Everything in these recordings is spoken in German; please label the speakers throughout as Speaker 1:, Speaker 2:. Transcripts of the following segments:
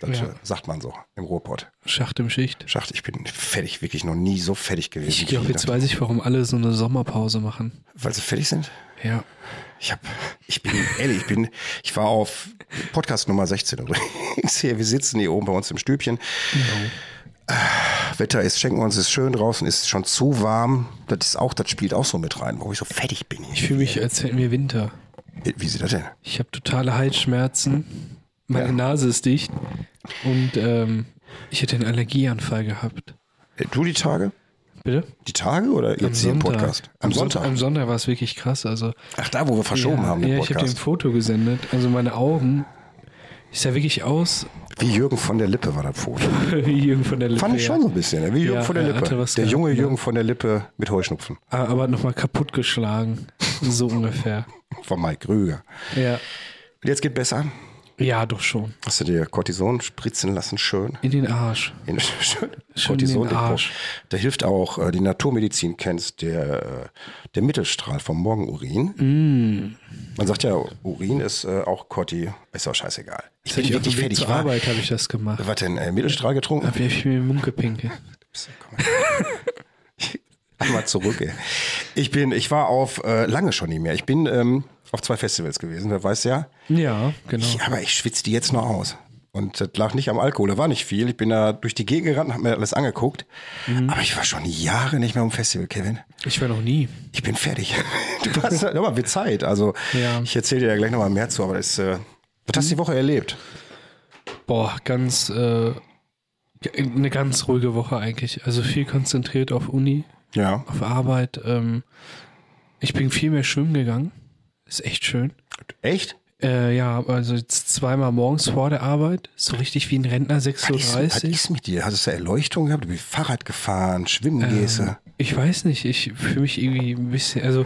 Speaker 1: Das
Speaker 2: Ja.
Speaker 1: äh, sagt man so im Ruhrpott.
Speaker 2: Schacht im Schicht.
Speaker 1: Schacht, ich bin fertig, wirklich noch nie so fertig gewesen.
Speaker 2: Ich
Speaker 1: wie
Speaker 2: glaube, jetzt
Speaker 1: gedacht
Speaker 2: weiß ich, warum alle so eine Sommerpause machen.
Speaker 1: hab. Weil sie fertig sind?
Speaker 2: Ja.
Speaker 1: Ich hab, ich bin ehrlich, ich bin, ich war auf Podcast Nummer 16 übrigens hier. Wir sitzen hier oben bei uns im Stübchen.
Speaker 2: Genau.
Speaker 1: Ah, Wetter ist, schenken wir uns, ist schön draußen, ist schon zu warm. Das ist auch, das spielt auch so mit rein, warum ich so fertig bin. Äh,
Speaker 2: Ich fühle mich, als hätten wir Winter.
Speaker 1: Wie sieht das denn?
Speaker 2: Ich habe totale Halsschmerzen. Meine
Speaker 1: Ja.
Speaker 2: Nase ist dicht. Und ähm, ich hätte einen Allergieanfall gehabt.
Speaker 1: Äh, Du die Tage?
Speaker 2: Bitte?
Speaker 1: Die Tage oder jetzt hier im Podcast?
Speaker 2: Am, Sonntag. Am Sonntag war es wirklich krass. Also,
Speaker 1: Ach, da, wo wir verschoben
Speaker 2: ja,
Speaker 1: haben, den
Speaker 2: ja, ich habe dir ein
Speaker 1: Podcast.
Speaker 2: Foto gesendet. Also meine Augen. Ich sah wirklich aus
Speaker 1: Wie Jürgen von der Lippe war das Foto.
Speaker 2: wie Jürgen von der Lippe.
Speaker 1: Fand ich schon so ein bisschen, ne? wie Jürgen
Speaker 2: Ja,
Speaker 1: von der
Speaker 2: er hatte
Speaker 1: Lippe.
Speaker 2: was
Speaker 1: Der
Speaker 2: gehabt,
Speaker 1: junge
Speaker 2: ja.
Speaker 1: Jürgen von der Lippe mit Heuschnupfen
Speaker 2: ja. Ah, Aber nochmal kaputtgeschlagen. So ungefähr.
Speaker 1: von Mike Krüger.
Speaker 2: Ja.
Speaker 1: Und Jetzt geht besser.
Speaker 2: Ja, doch schon.
Speaker 1: Hast du dir Cortison spritzen lassen? Schön.
Speaker 2: In den Arsch.
Speaker 1: In, schön.
Speaker 2: Schön in den Arsch.
Speaker 1: Da hilft auch, äh, die Naturmedizin kennst, der, äh, der Mittelstrahl vom Morgenurin.
Speaker 2: Mm.
Speaker 1: Man sagt ja, Urin ist äh, auch Corti. Ist auch scheißegal. Ich
Speaker 2: Das hab
Speaker 1: bin
Speaker 2: ich auf dem
Speaker 1: wirklich
Speaker 2: Weg
Speaker 1: fertig.
Speaker 2: zur
Speaker 1: War,
Speaker 2: Arbeit habe ich das gemacht.
Speaker 1: was denn? Äh, Mittelstrahl getrunken?
Speaker 2: Hab ich mir den Mund gepinkelt.
Speaker 1: Komm Einmal zurück, ey. Ich bin, ich war auf, äh, lange schon nicht mehr. Ich bin ähm, auf zwei Festivals gewesen, wer weiß ja.
Speaker 2: Ja, genau.
Speaker 1: Ich, aber ich schwitze die jetzt noch aus. Und das lag nicht am Alkohol, da war nicht viel. Ich bin da durch die Gegend gerannt, habe mir alles angeguckt. Aber ich war schon Jahre nicht mehr am Festival, Kevin.
Speaker 2: Ich war noch nie.
Speaker 1: Ich bin fertig. Du hast aber wird Zeit. Also
Speaker 2: Ja.
Speaker 1: ich erzähle dir ja gleich nochmal mehr zu, aber das, äh, was hast du die Woche erlebt?
Speaker 2: Boah, ganz, äh, eine ganz ruhige Woche eigentlich. Also viel konzentriert auf Uni,
Speaker 1: Ja.
Speaker 2: auf Arbeit. Ähm, ich bin viel mehr schwimmen gegangen. Ist echt schön.
Speaker 1: Echt?
Speaker 2: Äh, ja, also jetzt zweimal morgens vor der Arbeit. So richtig wie ein Rentner,
Speaker 1: Was ist, was
Speaker 2: 6.30 Uhr.
Speaker 1: ist mit dir? Hattest du Erleuchtung gehabt? Du bist Fahrrad gefahren, Schwimmen gehst du?
Speaker 2: Ich weiß nicht, ich fühle mich irgendwie ein bisschen, also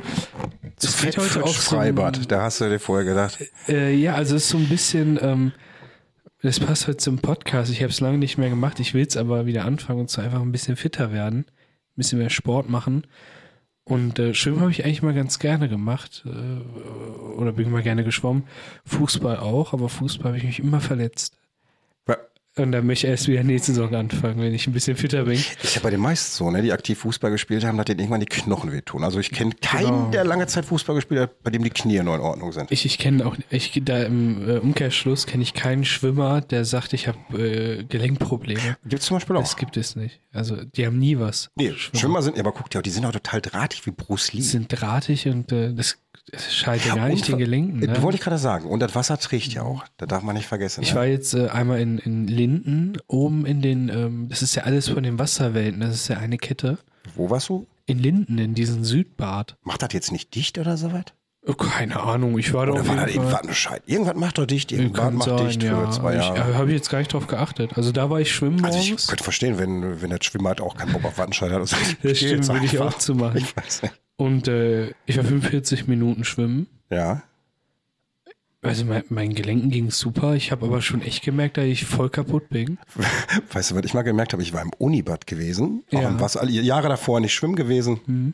Speaker 1: Zu
Speaker 2: es geht heute auch so ein-
Speaker 1: Freibad, da hast du dir vorher gedacht.
Speaker 2: Äh, ja, also es ist so ein bisschen, ähm, das passt heute zum Podcast. Ich habe es lange nicht mehr gemacht. Ich will es aber wieder anfangen und zwar einfach ein bisschen fitter werden, ein bisschen mehr Sport machen. Und äh, Schwimmen habe ich eigentlich mal ganz gerne gemacht äh, oder bin mal gerne geschwommen. Fußball auch, aber Fußball habe ich mich immer verletzt.
Speaker 1: Wa-
Speaker 2: Und dann möchte ich erst wieder nächste Saison anfangen, wenn ich ein bisschen fitter bin.
Speaker 1: Ich habe bei den meisten so, ne, die aktiv Fußball gespielt haben, hat denen irgendwann die Knochen wehtun. Also ich kenne keinen,
Speaker 2: Genau.
Speaker 1: der lange Zeit Fußball gespielt hat, bei dem die Knie noch in Ordnung sind.
Speaker 2: Ich, ich kenne auch, ich da im äh, Umkehrschluss kenne ich keinen Schwimmer, der sagt, ich habe äh, Gelenkprobleme.
Speaker 1: Gibt es zum Beispiel auch.
Speaker 2: Das gibt es nicht. Also die haben nie was.
Speaker 1: Nee, Schwimmer. sind, ja, aber guck dir, die sind auch total drahtig wie Bruce Lee.
Speaker 2: Die sind drahtig und äh, das, das scheitert gar nicht den
Speaker 1: unver-
Speaker 2: Gelenken.
Speaker 1: Äh, Wollte
Speaker 2: Ne?
Speaker 1: ich gerade sagen. Und das Wasser trägt ja auch. Da darf man nicht vergessen.
Speaker 2: Ich
Speaker 1: ne?
Speaker 2: war jetzt äh, einmal in, in Linden, oben in den, ähm, das ist ja alles von den Wasserwelten, das ist ja eine Kette.
Speaker 1: Wo warst du?
Speaker 2: In Linden, in diesem Südbad.
Speaker 1: Macht das jetzt nicht dicht oder sowas?
Speaker 2: Oh, keine Ahnung, ich war da
Speaker 1: Oder
Speaker 2: auf
Speaker 1: war
Speaker 2: jeden
Speaker 1: das in
Speaker 2: Fall.
Speaker 1: Wattenscheid? Irgendwas macht doch dicht, irgendwas
Speaker 2: Kann
Speaker 1: macht
Speaker 2: sein,
Speaker 1: dicht
Speaker 2: ja.
Speaker 1: für zwei
Speaker 2: Ich-
Speaker 1: Jahre.
Speaker 2: äh, Habe ich jetzt gar nicht drauf geachtet. Also da war ich schwimmen
Speaker 1: Also
Speaker 2: morgens.
Speaker 1: ich könnte verstehen, wenn, wenn der Schwimmer halt auch keinen Bock auf Wattenscheid hat. Also
Speaker 2: das stimmt, würde ich auch zu machen.
Speaker 1: Ich weiß nicht.
Speaker 2: Und äh, ich war 45 Minuten schwimmen.
Speaker 1: Ja.
Speaker 2: Also mein, mein Gelenken ging super. Ich habe aber schon echt gemerkt, dass ich voll kaputt bin.
Speaker 1: Weißt du, was ich mal gemerkt habe? Ich war im Unibad gewesen, auch
Speaker 2: Ja. Mhm.
Speaker 1: im Wasser, alle Jahre davor nicht schwimmen gewesen.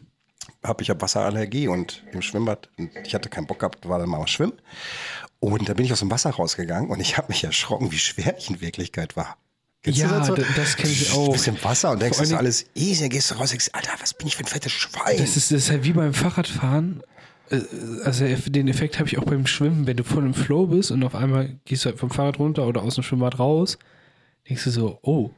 Speaker 1: Hab, ich habe Wasserallergie und im Schwimmbad, und ich hatte keinen Bock gehabt, war dann mal schwimmen. Und da bin ich aus dem Wasser rausgegangen und ich habe mich erschrocken, wie schwer ich in Wirklichkeit war. Kennst du
Speaker 2: Ja,
Speaker 1: das,
Speaker 2: d- das kenn ich auch.
Speaker 1: Ein bisschen Wasser und denkst,
Speaker 2: Vor
Speaker 1: das ist
Speaker 2: allen
Speaker 1: alles easy. Dann gehst du raus und denkst, Alter, was bin ich für ein fettes Schwein?
Speaker 2: Das ist, das ist halt wie beim Fahrradfahren. Äh, Also den Effekt habe ich auch beim Schwimmen. Wenn du voll im Flow bist und auf einmal gehst du halt vom Fahrrad runter oder aus dem Schwimmbad raus, denkst du so, oh,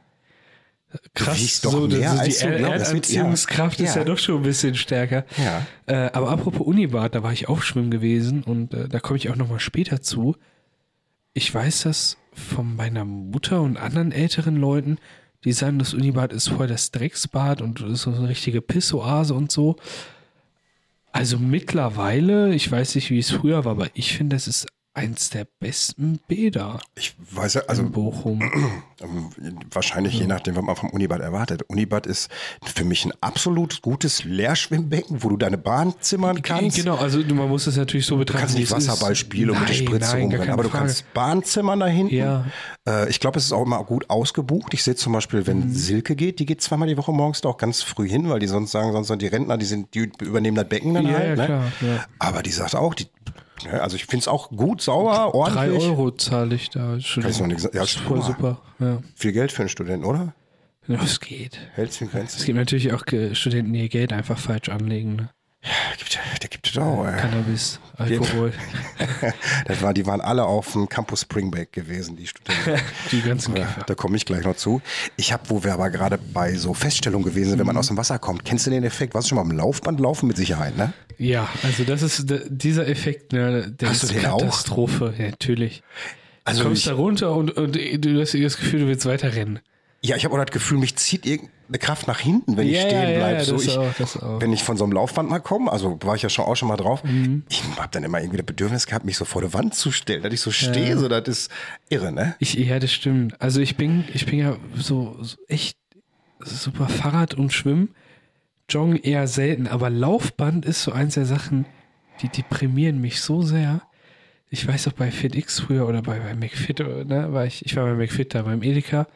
Speaker 2: krass.
Speaker 1: wiegst doch
Speaker 2: so,
Speaker 1: mehr,
Speaker 2: das,
Speaker 1: als
Speaker 2: die
Speaker 1: du
Speaker 2: Er-
Speaker 1: glaubst. Das wird- ja.
Speaker 2: Erdanziehungskraft ist ja.
Speaker 1: Ja.
Speaker 2: doch schon ein bisschen stärker.
Speaker 1: Ja.
Speaker 2: Äh, aber apropos Unibad, da war ich auch schwimmen gewesen und äh, da komme ich auch nochmal später zu. Ich weiß das von meiner Mutter und anderen älteren Leuten, die sagen, das Unibad ist voll das Drecksbad und ist so eine richtige Pissoase und so. Also mittlerweile, ich weiß nicht, wie es früher war, aber ich finde, das ist eins der besten Bäder
Speaker 1: Ich weiß ja,
Speaker 2: in
Speaker 1: also
Speaker 2: Bochum.
Speaker 1: wahrscheinlich
Speaker 2: Mhm.
Speaker 1: je nachdem, was man vom Unibad erwartet. Unibad ist für mich ein absolut gutes Leerschwimmbecken, wo du deine Bahn zimmern kannst.
Speaker 2: Genau, also du- man muss es natürlich so
Speaker 1: Du
Speaker 2: betrachten.
Speaker 1: kannst nicht
Speaker 2: wie es ist.
Speaker 1: Wasserball spielen und mit der
Speaker 2: Nein,
Speaker 1: Spritze
Speaker 2: nein, gar
Speaker 1: rumrennen,
Speaker 2: keine
Speaker 1: aber du
Speaker 2: Frage.
Speaker 1: kannst Bahnzimmern da hinten.
Speaker 2: Ja.
Speaker 1: Äh, ich glaube, es ist auch immer gut ausgebucht. Ich sehe zum Beispiel, wenn
Speaker 2: Mhm.
Speaker 1: Silke geht, die geht zweimal die Woche morgens da auch ganz früh hin, weil die sonst sagen, sonst sind die Rentner, die, sind, die übernehmen das Becken dann
Speaker 2: Ja,
Speaker 1: halt.
Speaker 2: ja,
Speaker 1: ne?
Speaker 2: klar, ja.
Speaker 1: Aber die sagt auch, die, ne, also ich finde es auch gut, sauber,
Speaker 2: Drei
Speaker 1: ordentlich.
Speaker 2: Euro zahle ich da. Ist schon-
Speaker 1: Kannst du noch nicht sagen. Ja,
Speaker 2: ist
Speaker 1: guck
Speaker 2: voll
Speaker 1: mal.
Speaker 2: super. Ja.
Speaker 1: Viel Geld für einen Studenten, oder?
Speaker 2: ja, es geht.
Speaker 1: Hältst du den
Speaker 2: Es
Speaker 1: Grenzen?
Speaker 2: gibt natürlich auch äh, Studenten, die ihr Geld einfach falsch anlegen. Ne?
Speaker 1: Der gibt, der gibt es auch, ey.
Speaker 2: Cannabis, Alkohol,
Speaker 1: Das war, die waren alle auf dem Campus Springback gewesen, die Studenten.
Speaker 2: die ganzen
Speaker 1: Ja,
Speaker 2: Kiffer.
Speaker 1: da komme ich gleich noch zu. Ich habe, wo wir aber gerade bei so Feststellungen gewesen sind, wenn
Speaker 2: Mhm.
Speaker 1: man aus dem Wasser kommt, kennst du den Effekt? Warst du schon mal am Laufband laufen mit Sicherheit, ne?
Speaker 2: Ja, also das ist d- dieser Effekt, ne, der
Speaker 1: Hast
Speaker 2: ist
Speaker 1: du den auch?
Speaker 2: Katastrophe, Ja, natürlich.
Speaker 1: Also
Speaker 2: du kommst
Speaker 1: ich-
Speaker 2: da runter und, und du hast das Gefühl, du willst weiterrennen.
Speaker 1: Ja, ich habe auch das Gefühl, mich zieht irgendeine Kraft nach hinten, wenn ich
Speaker 2: Ja,
Speaker 1: stehen
Speaker 2: ja, ja,
Speaker 1: bleibe.
Speaker 2: ja,
Speaker 1: so,
Speaker 2: das
Speaker 1: ich,
Speaker 2: auch, das auch.
Speaker 1: Wenn ich von so einem Laufband mal komme, also war ich ja schon auch schon mal drauf,
Speaker 2: Mhm.
Speaker 1: ich habe dann immer irgendwie das Bedürfnis gehabt, mich so vor der Wand zu stellen, dass ich so stehe, so das ist irre, ne?
Speaker 2: Ich, ja, das stimmt. Also ich bin, ich bin ja so, so echt super Fahrrad und Schwimmen. Joggen eher selten, aber Laufband ist so eins der Sachen, die deprimieren mich so sehr. Ich weiß auch bei FitX früher oder bei, bei McFit, ne, war ich, ich war bei McFit da beim Edeka.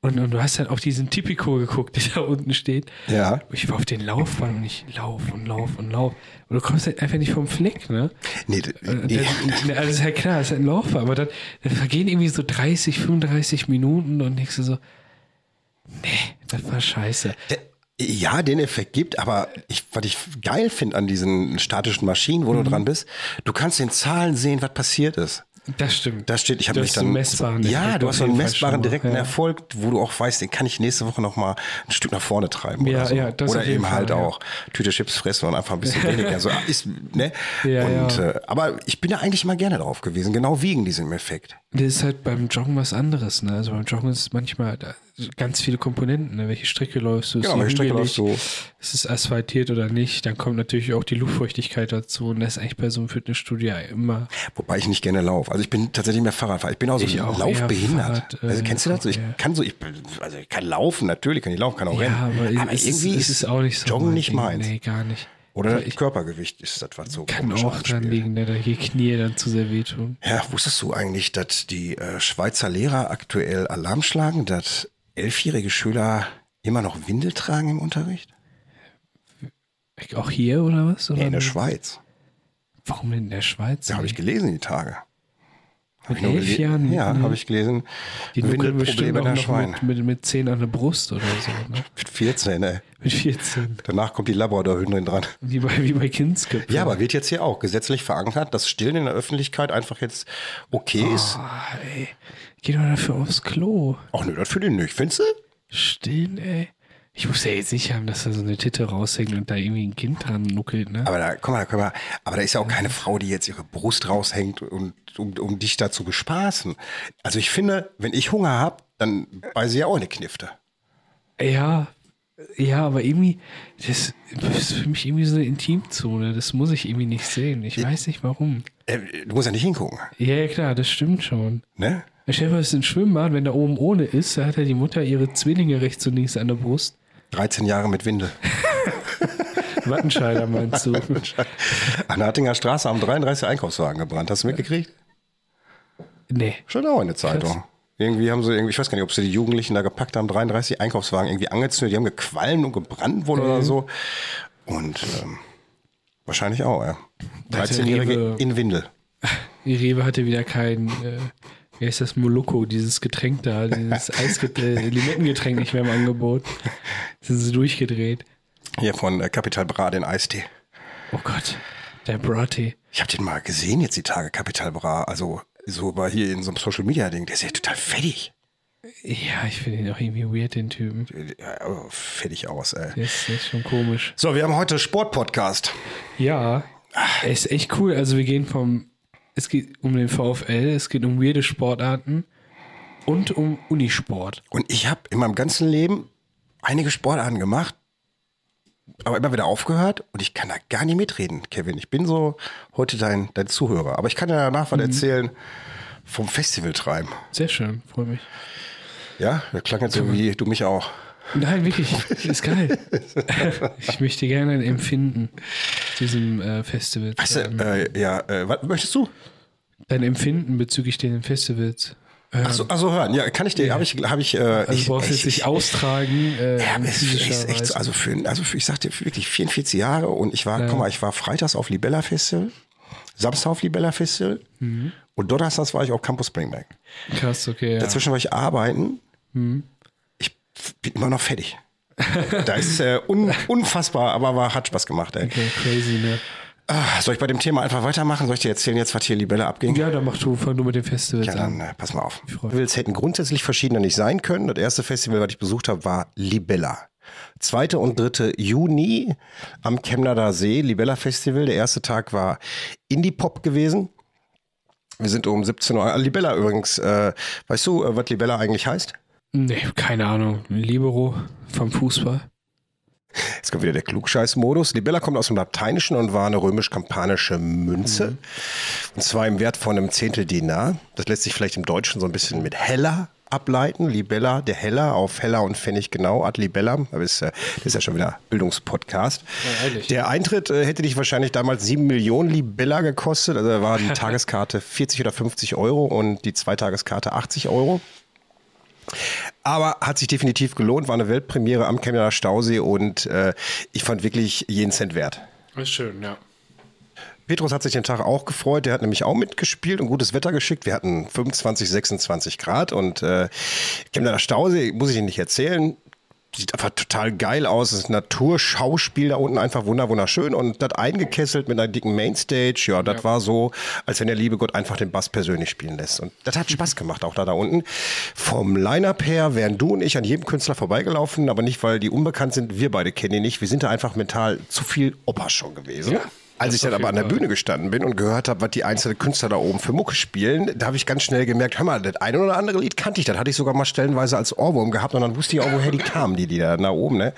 Speaker 2: Und, und du hast halt auf diesen Tipico geguckt, der da unten steht.
Speaker 1: Ja.
Speaker 2: Ich war auf den Laufband und ich lauf und lauf und lauf. Und du kommst halt einfach nicht vom Fleck, ne?
Speaker 1: Nee, d-
Speaker 2: Äh,
Speaker 1: nee.
Speaker 2: Das, ne, also ist ja klar, es ist ein Laufband, aber dann, dann vergehen irgendwie so 30, 35 Minuten und denkst du so, nee, das war scheiße.
Speaker 1: Äh, Ja, den Effekt gibt, aber ich, was ich geil finde an diesen statischen Maschinen,
Speaker 2: Mhm.
Speaker 1: wo du dran bist, du kannst in Zahlen sehen, was passiert ist.
Speaker 2: Das stimmt.
Speaker 1: Da steht, ich habe
Speaker 2: Du
Speaker 1: mich
Speaker 2: hast so einen
Speaker 1: dann.
Speaker 2: messbaren
Speaker 1: ja,
Speaker 2: Effekt
Speaker 1: du
Speaker 2: auf
Speaker 1: hast so einen
Speaker 2: jeden Fall schon
Speaker 1: messbaren
Speaker 2: mal,
Speaker 1: direkten
Speaker 2: ja.
Speaker 1: Erfolg, wo du auch weißt, den kann ich nächste Woche nochmal ein Stück nach vorne treiben.
Speaker 2: Ja,
Speaker 1: oder so.
Speaker 2: ja, das
Speaker 1: oder
Speaker 2: auf jeden
Speaker 1: eben
Speaker 2: Fall,
Speaker 1: halt
Speaker 2: ja.
Speaker 1: auch Tüte Chips fressen und einfach ein bisschen weniger. So, ist, ne?
Speaker 2: Ja,
Speaker 1: und,
Speaker 2: ja.
Speaker 1: Äh, aber ich bin da eigentlich mal gerne drauf gewesen, genau wegen diesem Effekt.
Speaker 2: Das ist halt beim Joggen was anderes, ne? Also beim Joggen ist manchmal da, ganz viele Komponenten, ne? Welche Strecke läufst du? Ist
Speaker 1: Genau,
Speaker 2: sie
Speaker 1: welche Strecke
Speaker 2: hügelig?
Speaker 1: läufst
Speaker 2: Ist es asphaltiert oder nicht? Dann kommt natürlich auch die Luftfeuchtigkeit dazu und das ist eigentlich bei so einem Fitnessstudio immer.
Speaker 1: Wobei ich nicht gerne laufe. Also ich bin tatsächlich mehr Fahrradfahrer. Ich bin auch so
Speaker 2: Ich auch,
Speaker 1: laufbehindert.
Speaker 2: ja, Fahrrad, äh,
Speaker 1: also kennst du das? So, ich
Speaker 2: ja.
Speaker 1: kann so, ich, bin- also ich kann laufen, natürlich kann ich laufen, kann auch
Speaker 2: Ja, aber,
Speaker 1: rennen.
Speaker 2: es ist, es ist auch nicht so.
Speaker 1: Joggen
Speaker 2: mein
Speaker 1: nicht
Speaker 2: Ding.
Speaker 1: meins.
Speaker 2: Nee, gar nicht.
Speaker 1: Oder Körpergewicht ist das, was so
Speaker 2: Kann
Speaker 1: komisch
Speaker 2: auch dran
Speaker 1: anspielt.
Speaker 2: liegen, ne? da die Knie dann zu sehr wehtun.
Speaker 1: Ja, wusstest du eigentlich, dass die äh, Schweizer Lehrer aktuell Alarm schlagen, dass elfjährige Schüler immer noch Windel tragen im Unterricht?
Speaker 2: Auch hier oder was? Oder
Speaker 1: Nee, in der Schweiz.
Speaker 2: Warum denn in der Schweiz?
Speaker 1: Da habe ich gelesen die Tage. Hab
Speaker 2: Mit
Speaker 1: ich nur
Speaker 2: elf
Speaker 1: gele-
Speaker 2: Jahren?
Speaker 1: Ja,
Speaker 2: Mhm.
Speaker 1: habe ich gelesen.
Speaker 2: die nuckeln bestimmt
Speaker 1: Windelprobleme
Speaker 2: auch
Speaker 1: der
Speaker 2: noch
Speaker 1: Schwein.
Speaker 2: mit, mit, mit 10 an der Brust oder so. Ne?
Speaker 1: Mit 14, ey.
Speaker 2: Mit 14.
Speaker 1: Danach kommt die Labradorhündin dran.
Speaker 2: Wie bei, wie bei Kindsköpfen.
Speaker 1: Ja, aber wird jetzt hier auch gesetzlich verankert, dass Stillen in der Öffentlichkeit einfach jetzt okay ist?
Speaker 2: Ah, ey. Geh doch dafür aufs Klo.
Speaker 1: Ach nö, das finde ich nicht, findest du?
Speaker 2: Stillen, ey. Ich muss ja jetzt nicht haben, dass da so eine Titte raushängt und da irgendwie ein Kind dran nuckelt, ne?
Speaker 1: Aber da, guck mal, guck mal, aber da ist ja auch keine Frau, die jetzt ihre Brust raushängt, und, um, um dich da zu bespaßen. Also ich finde, wenn ich Hunger habe, dann weiß ich ja auch eine Knifte.
Speaker 2: Ja, ja, aber irgendwie, das ist für mich irgendwie so eine Intimzone. Das muss ich irgendwie nicht sehen. Ich weiß nicht warum.
Speaker 1: Äh, du musst ja nicht hingucken,
Speaker 2: Ja, ja, klar, das stimmt schon.
Speaker 1: ne?
Speaker 2: Stell dir vor, es ist ein Schwimmbad, wenn da oben ohne ist, da hat ja die Mutter ihre Zwillinge rechts und links an der Brust.
Speaker 1: 13 Jahre mit Windel.
Speaker 2: Wattenscheider meinst du?
Speaker 1: An der Hattinger Straße haben 33 Einkaufswagen gebrannt. Hast du mitgekriegt?
Speaker 2: Nee.
Speaker 1: Schon auch in der Zeitung. Irgendwie haben sie, irgendwie, ich weiß gar nicht, ob sie die Jugendlichen da gepackt haben, 33 Einkaufswagen irgendwie angezündet, die haben gequallen und gebrannt wohl
Speaker 2: Mhm.
Speaker 1: oder so. Und ähm, wahrscheinlich auch, ja.
Speaker 2: Das ist ja
Speaker 1: 13-Jährige
Speaker 2: Rewe.
Speaker 1: in Windel.
Speaker 2: Die Rewe hatte wieder kein, äh, wie heißt das, Moloko, dieses Getränk da, dieses Eisget äh, Limettengetränk nicht mehr im Angebot. Sind sie durchgedreht.
Speaker 1: Hier von äh, Capital Bra, den Eistee.
Speaker 2: Oh Gott, der Brattee.
Speaker 1: Ich habe den mal gesehen jetzt die Tage, Capital Bra. Also so war hier in so einem Social Media Ding. Der ist ja total fettig.
Speaker 2: Ja, ich finde ihn auch irgendwie weird, den Typen.
Speaker 1: Ja, aber äh, fettig aus, ey.
Speaker 2: Der ist, der ist schon komisch.
Speaker 1: So, wir haben heute Sportpodcast.
Speaker 2: Ja, es ist echt cool. Also wir gehen vom, es geht um den VfL, es geht um weirde Sportarten und um Unisport.
Speaker 1: Und ich habe in meinem ganzen Leben einige Sportarten gemacht, aber immer wieder aufgehört und ich kann da gar nicht mitreden, Kevin. Ich bin so heute dein, dein Zuhörer. Aber ich kann dir danach
Speaker 2: Mhm.
Speaker 1: was erzählen vom Festivaltreiben.
Speaker 2: Sehr schön, freue mich.
Speaker 1: Ja, das klang jetzt so wie du mich auch.
Speaker 2: Nein, wirklich, ist geil. ich möchte gerne empfinden zu diesem äh, Festival.
Speaker 1: Weißt du, äh, ja, äh, was möchtest du?
Speaker 2: Dein Empfinden bezüglich den Festivals.
Speaker 1: Achso, also hören. Ja, kann ich dir, habe ich, habe ich, äh,
Speaker 2: Ähm. Also
Speaker 1: ich,
Speaker 2: du brauchst
Speaker 1: ich,
Speaker 2: jetzt nicht austragen. Äh,
Speaker 1: Ja,
Speaker 2: in
Speaker 1: es ist
Speaker 2: physischer
Speaker 1: echt, echt so,
Speaker 2: Weise.
Speaker 1: also für, also für, ich sagte wirklich 44 Jahre und ich war, guck mal, ich war freitags auf Libella Festival, Samstag auf Libella Festival und donnerstags war ich auf Campus Springbank.
Speaker 2: Krass, okay. Ja.
Speaker 1: Dazwischen war ich arbeiten. Ich bin immer noch fertig. da ist äh, un, unfassbar, aber war, hat Spaß gemacht, ey.
Speaker 2: Okay, crazy, ne?
Speaker 1: Ah, soll ich bei dem Thema einfach weitermachen? Soll ich dir erzählen jetzt, was hier Libella abging?
Speaker 2: Ja, dann mach du, fang du mit den Festivals
Speaker 1: Ja,
Speaker 2: an.
Speaker 1: dann äh, pass mal auf. Festivals hätten grundsätzlich verschiedener nicht sein können. Das erste Festival, was ich besucht habe, war Libella. 2. und 3. Juni am Chemnader See, Libella Festival. Der erste Tag war Indie-Pop gewesen. Wir sind um 17 Uhr. äh, Libella übrigens, äh, weißt du, äh, was Libella eigentlich heißt?
Speaker 2: Nee, keine Ahnung. Libero vom Fußball.
Speaker 1: Jetzt kommt wieder der Klugscheiß-Modus. Libella kommt aus dem Lateinischen und war eine römisch-kampanische Münze. Und zwar im Wert von einem Zehntel Dinar. Das lässt sich vielleicht im Deutschen so ein bisschen mit Heller ableiten. Libella, der Heller, auf Heller und Pfennig genau, ad Libellam. Aber ist, äh, das ist ja schon wieder Bildungspodcast. der Eintritt äh, hätte dich wahrscheinlich damals 7 Millionen Libella gekostet. Also da war die Tageskarte 40 oder 50 Euro und die Zweitageskarte 80 Euro. Aber hat sich definitiv gelohnt, war eine Weltpremiere am Chemnader Stausee und äh, ich fand wirklich jeden Cent wert.
Speaker 2: Ist schön, ja.
Speaker 1: Petrus hat sich den Tag auch gefreut, der hat nämlich auch mitgespielt und gutes Wetter geschickt. Wir hatten 25, 26 Grad und äh, Chemnader Stausee, muss ich Ihnen nicht erzählen, sieht einfach total geil aus. Das Naturschauspiel da unten einfach wunder- wunderschön und das eingekesselt mit einer dicken Mainstage. Ja, das war so, als wenn der liebe Gott einfach den Bass persönlich spielen lässt. Und das hat Spaß gemacht, auch da da unten. Vom Line-Up her wären du und ich an jedem Künstler vorbeigelaufen, aber nicht, weil die unbekannt sind. Wir beide kennen die nicht. Wir sind da einfach mental zu viel Opa schon gewesen. Als ich dann aber an der Bühne gestanden bin und gehört habe, was die einzelnen Künstler da oben für Mucke spielen, da habe ich ganz schnell gemerkt, hör mal, das eine oder andere Lied kannte ich, das hatte ich sogar mal stellenweise als Ohrwurm gehabt und dann wusste ich auch, woher die kamen, die Lieder da oben. Ne?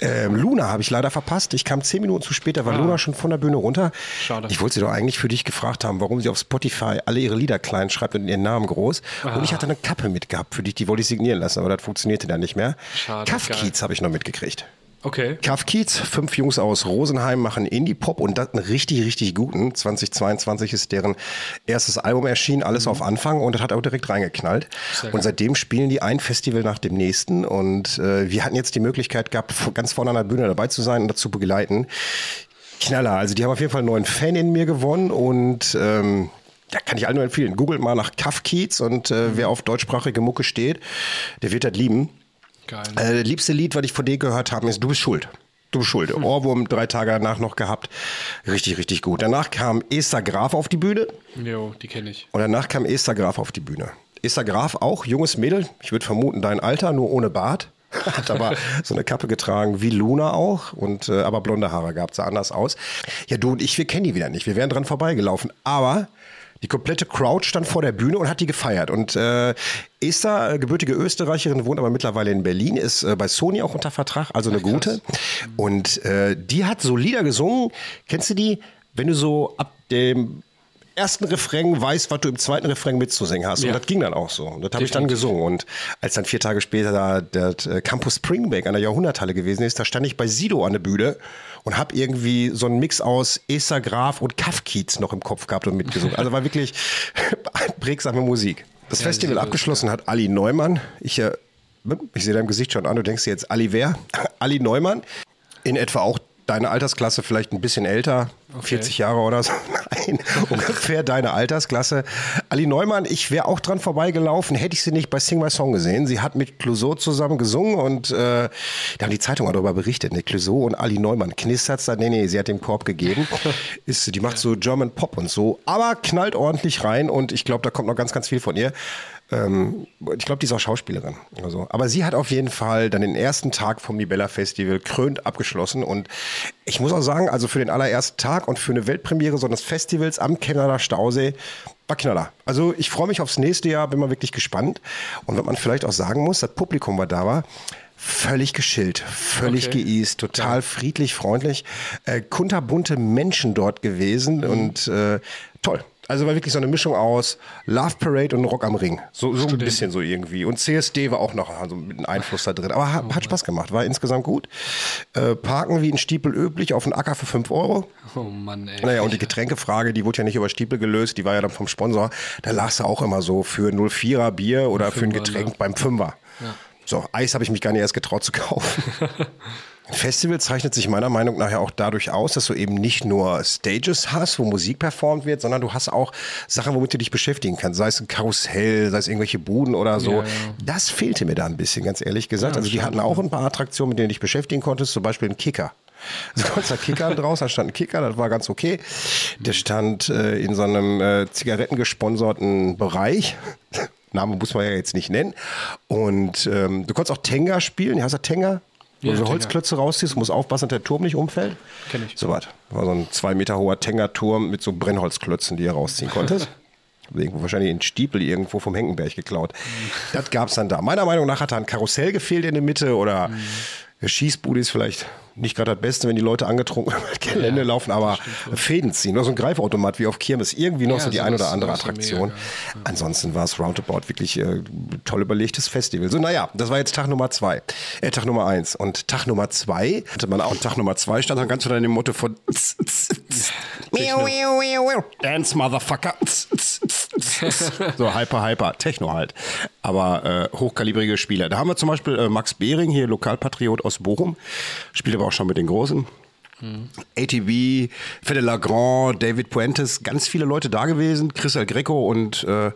Speaker 1: Ähm, Luna habe ich leider verpasst, ich kam zehn Minuten zu spät, da war Luna schon von der Bühne runter. Schade. Ich wollte sie doch eigentlich für dich gefragt haben, warum sie auf Spotify alle ihre Lieder klein schreibt und ihren Namen groß. Und ich hatte eine Kappe mitgehabt für dich, die wollte ich signieren lassen, aber das funktionierte dann nicht mehr.
Speaker 2: Schade,
Speaker 1: Kaffkiez habe ich noch mitgekriegt.
Speaker 2: Okay.
Speaker 1: Kaff Kiez, fünf Jungs aus Rosenheim machen Indie-Pop und das einen richtig, richtig guten. 2022 ist deren erstes Album erschienen, alles auf Anfang und das hat auch direkt reingeknallt. Und seitdem spielen die ein Festival nach dem nächsten und äh, wir hatten jetzt die Möglichkeit gehabt, vor- ganz vorne an der Bühne dabei zu sein und dazu begleiten. Knaller, also die haben auf jeden Fall einen neuen Fan in mir gewonnen und ähm, ja, kann ich allen nur empfehlen. Googelt mal nach Kaff Kiez und äh, wer auf deutschsprachige Mucke steht, der wird das lieben.
Speaker 2: Geil.
Speaker 1: Äh, liebste Lied, was ich von dir gehört habe, ist Du bist schuld. Du bist schuld. Ohrwurm drei Tage danach noch gehabt. Richtig, richtig gut. Danach kam Esther Graf auf die Bühne
Speaker 2: Jo, die kenne ich.
Speaker 1: und danach kam Esther Graf auf die Bühne. Esther Graf auch, junges Mädel. Ich würde vermuten, dein Alter, nur ohne Bart. Hat aber so eine Kappe getragen, wie Luna auch. Und, äh, aber blonde Haare gab, sah anders aus. Ja, du und ich, wir kennen die wieder nicht. Wir wären dran vorbeigelaufen. Aber die komplette Crowd stand vor der Bühne und hat die gefeiert. Und äh, Esther, äh, gebürtige Österreicherin, wohnt aber mittlerweile in Berlin, ist äh, bei Sony auch unter Vertrag, also eine gute. Und äh, die hat so Lieder gesungen. Kennst du die, wenn du so ab dem ersten Refrain weißt, was du im zweiten Refrain mitzusingen hast? Und das ging dann auch so. Und das habe ich dann gesungen. Und als dann vier Tage später da der äh, Campus Springbank an der Jahrhunderthalle gewesen ist, da stand ich bei Sido an der Bühne und habe irgendwie so einen Mix aus Esther Graf und Kafkiez noch im Kopf gehabt und mitgesungen. Also war wirklich prägsame Musik. Das Festival abgeschlossen hat Ali Neumann. Ich, äh, ich sehe dein Gesicht schon an, du denkst dir jetzt, Ali wer? Ali Neumann, in etwa auch deine Altersklasse, vielleicht ein bisschen älter, 40 Jahre oder so. Nein, ungefähr deine Altersklasse. Ali Neumann, ich wäre auch dran vorbeigelaufen, hätte ich sie nicht bei Sing My Song gesehen. Sie hat mit Clouseau zusammen gesungen und äh, da haben die Zeitungen darüber berichtet. Ne? Clouseau und Ali Neumann, knistert's da? Nee, nee, sie hat dem Korb gegeben. Ist, die macht so German Pop und so, aber knallt ordentlich rein und ich glaube, da kommt noch ganz, ganz viel von ihr. Ähm, ich glaube, die ist auch Schauspielerin. Also, aber sie hat auf jeden Fall dann den ersten Tag vom Libella Festival krönt abgeschlossen. Und ich muss auch sagen, also für den allerersten Tag und für eine Weltpremiere so eines Festivals am Kennerer Stausee war Knaller. Also ich freue mich aufs nächste Jahr, bin mal wirklich gespannt. Und was man vielleicht auch sagen muss, das Publikum, was da war, Völlig geschillt, völlig
Speaker 2: Okay.
Speaker 1: geeast, total friedlich, freundlich. Äh, kunterbunte Menschen dort gewesen und äh, toll. Also war wirklich so eine Mischung aus Love Parade und Rock am Ring. So, so ein bisschen so irgendwie. Und CSD war auch noch so mit einem Einfluss da drin. Aber hat, hat Spaß gemacht, war insgesamt gut. Äh, parken wie in Stiepel üblich, auf dem Acker für 5 Euro.
Speaker 2: Oh Mann, ey.
Speaker 1: Naja, und die Getränkefrage, die wurde ja nicht über Stiepel gelöst, die war ja dann vom Sponsor. Da lagst du auch immer so für 04er Bier oder für ein
Speaker 2: Fünfer,
Speaker 1: Getränk beim Fünfer. So, Eis habe ich mich gar nicht erst getraut zu kaufen. Ein Festival zeichnet sich meiner Meinung nach ja auch dadurch aus, dass du eben nicht nur Stages hast, wo Musik performt wird, sondern du hast auch Sachen, womit du dich beschäftigen kannst. Sei es ein Karussell, sei es irgendwelche Buden oder so.
Speaker 2: Ja, ja.
Speaker 1: Das fehlte mir da ein bisschen, ganz ehrlich gesagt. also die hatten auch ein paar Attraktionen, mit denen du dich beschäftigen konntest, zum Beispiel einen Kicker. Du konntest da Kicker draus, da stand ein Kicker, das war ganz okay. Der stand äh, in so einem äh, zigarettengesponserten Bereich. Name muss man ja jetzt nicht nennen. Und ähm, du konntest auch Tenga spielen. Ja, hast du Tenga? Also Wo
Speaker 2: Ja,
Speaker 1: du so
Speaker 2: Tenga.
Speaker 1: Holzklötze rausziehst, musst aufpassen, dass der Turm nicht umfällt.
Speaker 2: Kenn ich.
Speaker 1: So was. War so ein zwei Meter hoher Tenga-Turm mit so Brennholzklötzen, die du rausziehen konntest. Irgendwo, wahrscheinlich in Stiepel irgendwo vom Henkenberg geklaut. Das gab es dann da. Meiner Meinung nach hat da ein Karussell gefehlt in der Mitte oder Schießbude ist vielleicht nicht gerade das Beste, wenn die Leute angetrunken über das Gelände laufen, aber Fäden ziehen oder so ein Greifautomat wie auf Kirmes. Irgendwie noch
Speaker 2: Ja,
Speaker 1: so die
Speaker 2: sowas-
Speaker 1: ein oder andere
Speaker 2: sowas ist mega
Speaker 1: Attraktion.
Speaker 2: geil.
Speaker 1: Ansonsten war es roundabout wirklich äh, toll überlegtes Festival. So, naja, das war jetzt Tag Nummer zwei. Äh, Tag Nummer eins. Und Tag Nummer zwei hatte man auch. Tag Nummer zwei stand dann ganz unter dem Motto von Miau, miau, miau, miau. Dance, Motherfucker. so, hyper, hyper. Techno halt. Aber äh, hochkalibrige Spieler. Da haben wir zum Beispiel äh, Max Behring, hier Lokalpatriot aus Bochum. Spielt aber auch schon mit den Großen. ATB, Fede Lagrand, David Puentes, ganz viele Leute da gewesen, Chris El Greco und äh, ja,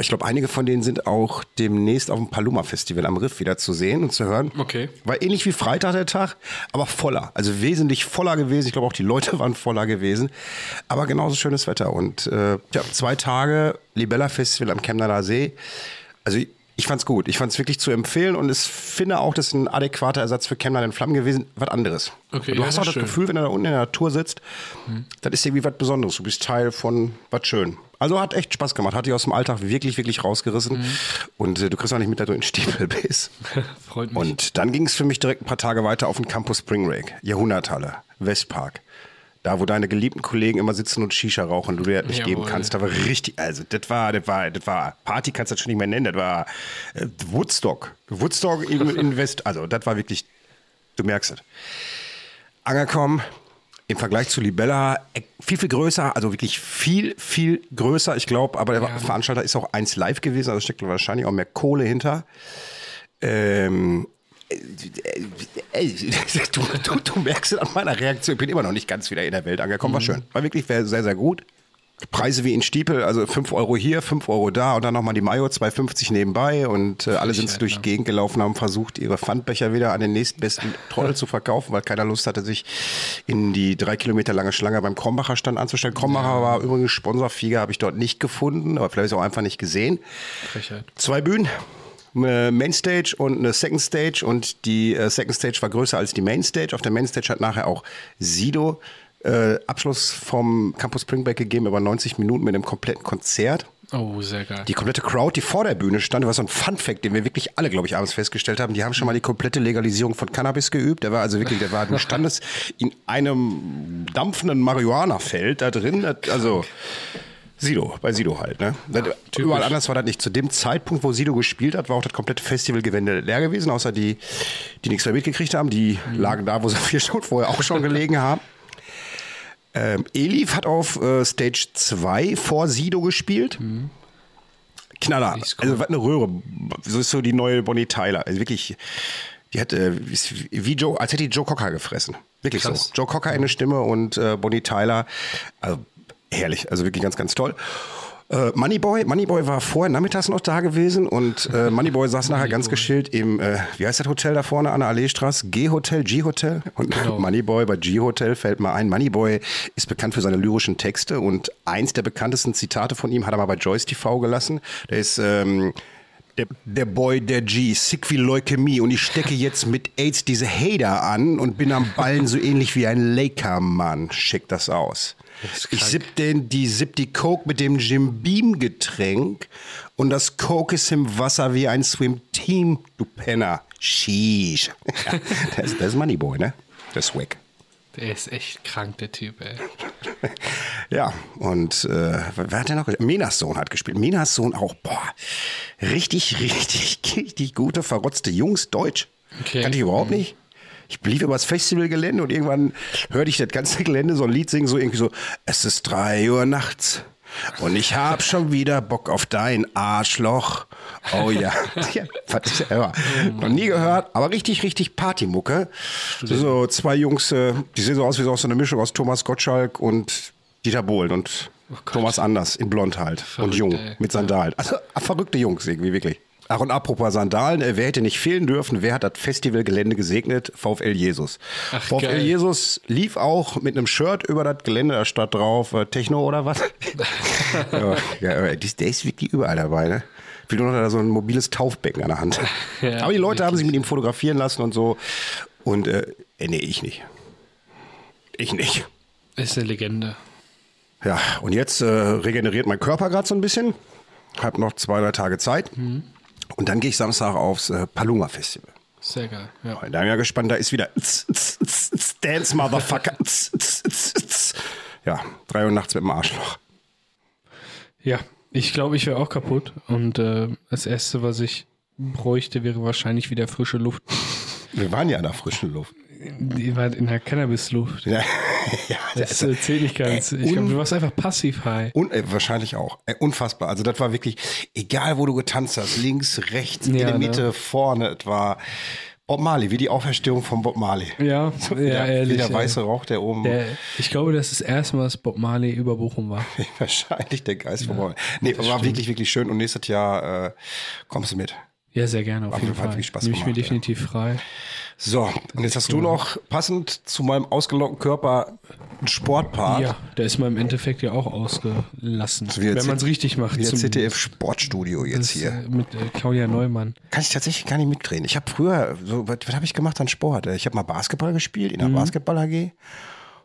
Speaker 1: ich glaube, einige von denen sind auch demnächst auf dem Paloma-Festival am Riff wieder zu sehen und zu hören.
Speaker 2: Okay.
Speaker 1: War ähnlich wie Freitag der Tag, aber voller. Also wesentlich voller gewesen. Ich glaube, auch die Leute waren voller gewesen. Aber genauso schönes Wetter. Und äh, ja, zwei Tage Libella-Festival am Chemnader See. Also ich fand's gut. Ich fand's wirklich zu empfehlen und ich finde auch, das ist ein adäquater Ersatz für Chemnader in Flammen gewesen. Was anderes.
Speaker 2: Okay,
Speaker 1: du
Speaker 2: ja,
Speaker 1: hast
Speaker 2: das
Speaker 1: auch
Speaker 2: ist
Speaker 1: das
Speaker 2: schön. Hm.
Speaker 1: Gefühl, wenn du da unten in der Natur sitzt, das ist irgendwie was Besonderes. Du bist Teil von was schön. Also hat echt Spaß gemacht. Hat dich aus dem Alltag wirklich, wirklich rausgerissen.
Speaker 2: Hm.
Speaker 1: Und äh, du kriegst auch nicht mit, dass du in Stiefel bist.
Speaker 2: Freut mich.
Speaker 1: Und dann ging es für mich direkt ein paar Tage weiter auf den Campus Spring Break, Jahrhunderthalle, Westpark. Da, wo deine geliebten Kollegen immer sitzen und Shisha rauchen, du dir das nicht geben
Speaker 2: Jawohl.
Speaker 1: kannst. Da war richtig, also das war, das war, das war, Party kannst du das schon nicht mehr nennen, das war äh, Woodstock. Woodstock in, in West, also das war wirklich, du merkst es. Angekommen, im Vergleich zu Libella, äh, viel, viel größer, also wirklich viel, viel größer, ich glaube, aber der Veranstalter ist auch eins live gewesen, also steckt wahrscheinlich auch mehr Kohle hinter. Ähm, äh, äh, du, du, du merkst es an meiner Reaktion, ich bin immer noch nicht ganz wieder in der Welt angekommen. War schön. War wirklich sehr, sehr gut. Preise wie in Stiepel, also 5 Euro hier, 5 Euro da und dann nochmal die Mayo 2,50 nebenbei und äh, alle sind so durch die Gegend gelaufen, haben versucht, ihre Pfandbecher wieder an den nächstbesten Troll zu verkaufen, weil keiner Lust hatte, sich in die drei Kilometer lange Schlange beim Krombacher Stand anzustellen. Krombacher war übrigens Sponsor, Flieger habe ich dort nicht gefunden, aber vielleicht auch einfach nicht gesehen
Speaker 2: Frechheit.
Speaker 1: zwei Bühnen. Eine Mainstage und eine Second Stage und die äh, Second Stage war größer als die Mainstage. Auf der Mainstage hat nachher auch Sido äh, Abschluss vom Campus Springback gegeben über 90 Minuten mit einem kompletten Konzert.
Speaker 2: Oh, sehr geil.
Speaker 1: Die komplette Crowd, die vor der Bühne stand, war so ein Fun Fact, den wir wirklich alle, glaube ich, abends festgestellt haben. Die haben schon mal die komplette Legalisierung von Cannabis geübt. Der war also wirklich, der war, du standest in einem dampfenden Marihuana-Feld da drin. Das- Also Sido, bei Sido halt, ne? Das- überall anders war das nicht. Zu dem Zeitpunkt, wo Sido gespielt hat, war auch das komplette Festivalgewände leer gewesen, außer die, die nichts mehr mitgekriegt haben. Die lagen da, wo sie vier Stunden vorher auch schon gelegen haben. Ähm, Elif hat auf äh, Stage 2 vor Sido gespielt. Knaller.
Speaker 2: ist cool.
Speaker 1: Also, was eine Röhre. So ist so die neue Bonnie Tyler. Also wirklich, die hat, äh, ist wie Joe, als hätte die Joe Cocker gefressen. Wirklich
Speaker 2: Krass.
Speaker 1: so. Joe Cocker eine Stimme und äh, Bonnie Tyler. Also, herrlich. Also wirklich ganz, ganz toll. Äh, Moneyboy, Moneyboy war vorher nachmittags noch da gewesen und äh, Moneyboy saß nachher ganz geschillt im, äh, wie heißt das Hotel da vorne an der Alleestraße? G-Hotel, G-Hotel? Und
Speaker 2: Genau.
Speaker 1: Moneyboy bei G-Hotel fällt mal ein. Moneyboy ist bekannt für seine lyrischen Texte und eins der bekanntesten Zitate von ihm hat er mal bei Joyce TV gelassen. Der ist, ähm, der, der Boy der G, sick wie Leukämie und ich stecke jetzt mit AIDS diese Hater an und bin am Ballen so ähnlich wie ein Laker-Mann. Schick das aus. Ich sipp den, die sipp die Coke mit dem Jim Beam Getränk und das Coke ist im Wasser wie ein Swim Team, du Penner. Sheesh. Ja, das, das ist Moneyboy, ne? Das ist Swag.
Speaker 2: Der ist echt krank, der Typ, ey.
Speaker 1: Ja, und äh, wer hat denn noch gespielt? Minas Sohn hat gespielt. Minas Sohn auch, boah, richtig, richtig, richtig gute, verrotzte Jungs, Deutsch.
Speaker 2: Okay.
Speaker 1: Kannte ich überhaupt nicht. Ich blieb übers Festivalgelände und irgendwann hörte ich das ganze Gelände so ein Lied singen, so irgendwie so, es ist drei Uhr nachts. Und ich hab schon wieder Bock auf dein Arschloch. Oh ja. ja was ist ja, noch nie gehört, aber richtig, richtig Partymucke. So zwei Jungs, äh, die sehen so aus wie so aus so eine Mischung aus Thomas Gottschalk und Dieter Bohlen und Thomas Anders in Blond halt und jung
Speaker 2: ey.
Speaker 1: mit Sandalen. Also verrückte Jungs irgendwie, wirklich. Ach und apropos Sandalen, äh, wer hätte nicht fehlen dürfen, wer hat das Festivalgelände gesegnet? VfL Jesus.
Speaker 2: Ach,
Speaker 1: VfL
Speaker 2: geil.
Speaker 1: Jesus lief auch mit einem Shirt über das Gelände der Stadt drauf, äh, Techno oder was? ja, ja, aber dies- der ist wirklich überall dabei, ne? Wie nur noch da so ein mobiles Taufbecken an der Hand.
Speaker 2: Ja,
Speaker 1: aber die Leute haben
Speaker 2: wirklich.
Speaker 1: sich mit ihm fotografieren lassen und so. Und äh, äh, nee, ich nicht. Ich nicht.
Speaker 2: Ist eine Legende.
Speaker 1: Ja, und jetzt äh, regeneriert mein Körper gerade so ein bisschen. Hab noch zwei, drei Tage Zeit.
Speaker 2: Mhm.
Speaker 1: Und dann gehe ich Samstag aufs äh, Paloma Festival.
Speaker 2: Sehr geil. Ja.
Speaker 1: Da bin ich ja gespannt, da ist wieder tz, tz, tz, tz, Dance Motherfucker. Tz, tz, tz, tz. Ja, drei Uhr nachts mit dem Arschloch.
Speaker 2: Ja, ich glaube, ich wäre auch kaputt. Und äh, das Erste, was ich bräuchte, wäre wahrscheinlich wieder frische Luft.
Speaker 1: Wir waren ja in der frischen Luft.
Speaker 2: Die war in der Cannabis-Luft.
Speaker 1: Ja, ja also, das äh,
Speaker 2: Das erzähl ich ganz. Ich glaube, du warst einfach passiv high.
Speaker 1: Un äh, wahrscheinlich auch. Äh, unfassbar. Also das war wirklich, egal wo du getanzt hast, links, rechts, in
Speaker 2: Ja,
Speaker 1: der
Speaker 2: ne?
Speaker 1: Mitte, vorne, es war Bob Marley, wie die Auferstehung von Bob Marley.
Speaker 2: Ja, ja,
Speaker 1: wieder,
Speaker 2: ehrlich.
Speaker 1: Wieder
Speaker 2: ey.
Speaker 1: weiße Rauch, der oben.
Speaker 2: Der, ich glaube, das ist das erste Mal, dass Bob Marley über Bochum war.
Speaker 1: Wahrscheinlich der Geist von Bob. Nee, war wirklich, wirklich schön. Und nächstes Jahr äh, kommst du mit.
Speaker 2: Ja, sehr gerne, auf
Speaker 1: Hat-
Speaker 2: jeden
Speaker 1: hat
Speaker 2: Fall.
Speaker 1: wirklich Spaß
Speaker 2: Nehme ich mir
Speaker 1: gemacht, ja.
Speaker 2: definitiv frei.
Speaker 1: So, und jetzt hast du
Speaker 2: Genau.
Speaker 1: noch passend zu meinem ausgelockten Körper einen Sportpart.
Speaker 2: Ja, der ist mal im Endeffekt ja auch ausgelassen.
Speaker 1: Wie jetzt-
Speaker 2: wenn man es richtig macht.
Speaker 1: Wie
Speaker 2: zum-
Speaker 1: ZDF Sportstudio jetzt
Speaker 2: das,
Speaker 1: hier.
Speaker 2: äh, Mit äh, Claudia Neumann.
Speaker 1: Kann ich tatsächlich gar nicht mitreden. Ich habe früher, so, was, was habe ich gemacht an Sport? Ich habe mal Basketball gespielt in der
Speaker 2: Mhm.
Speaker 1: Basketball-AG.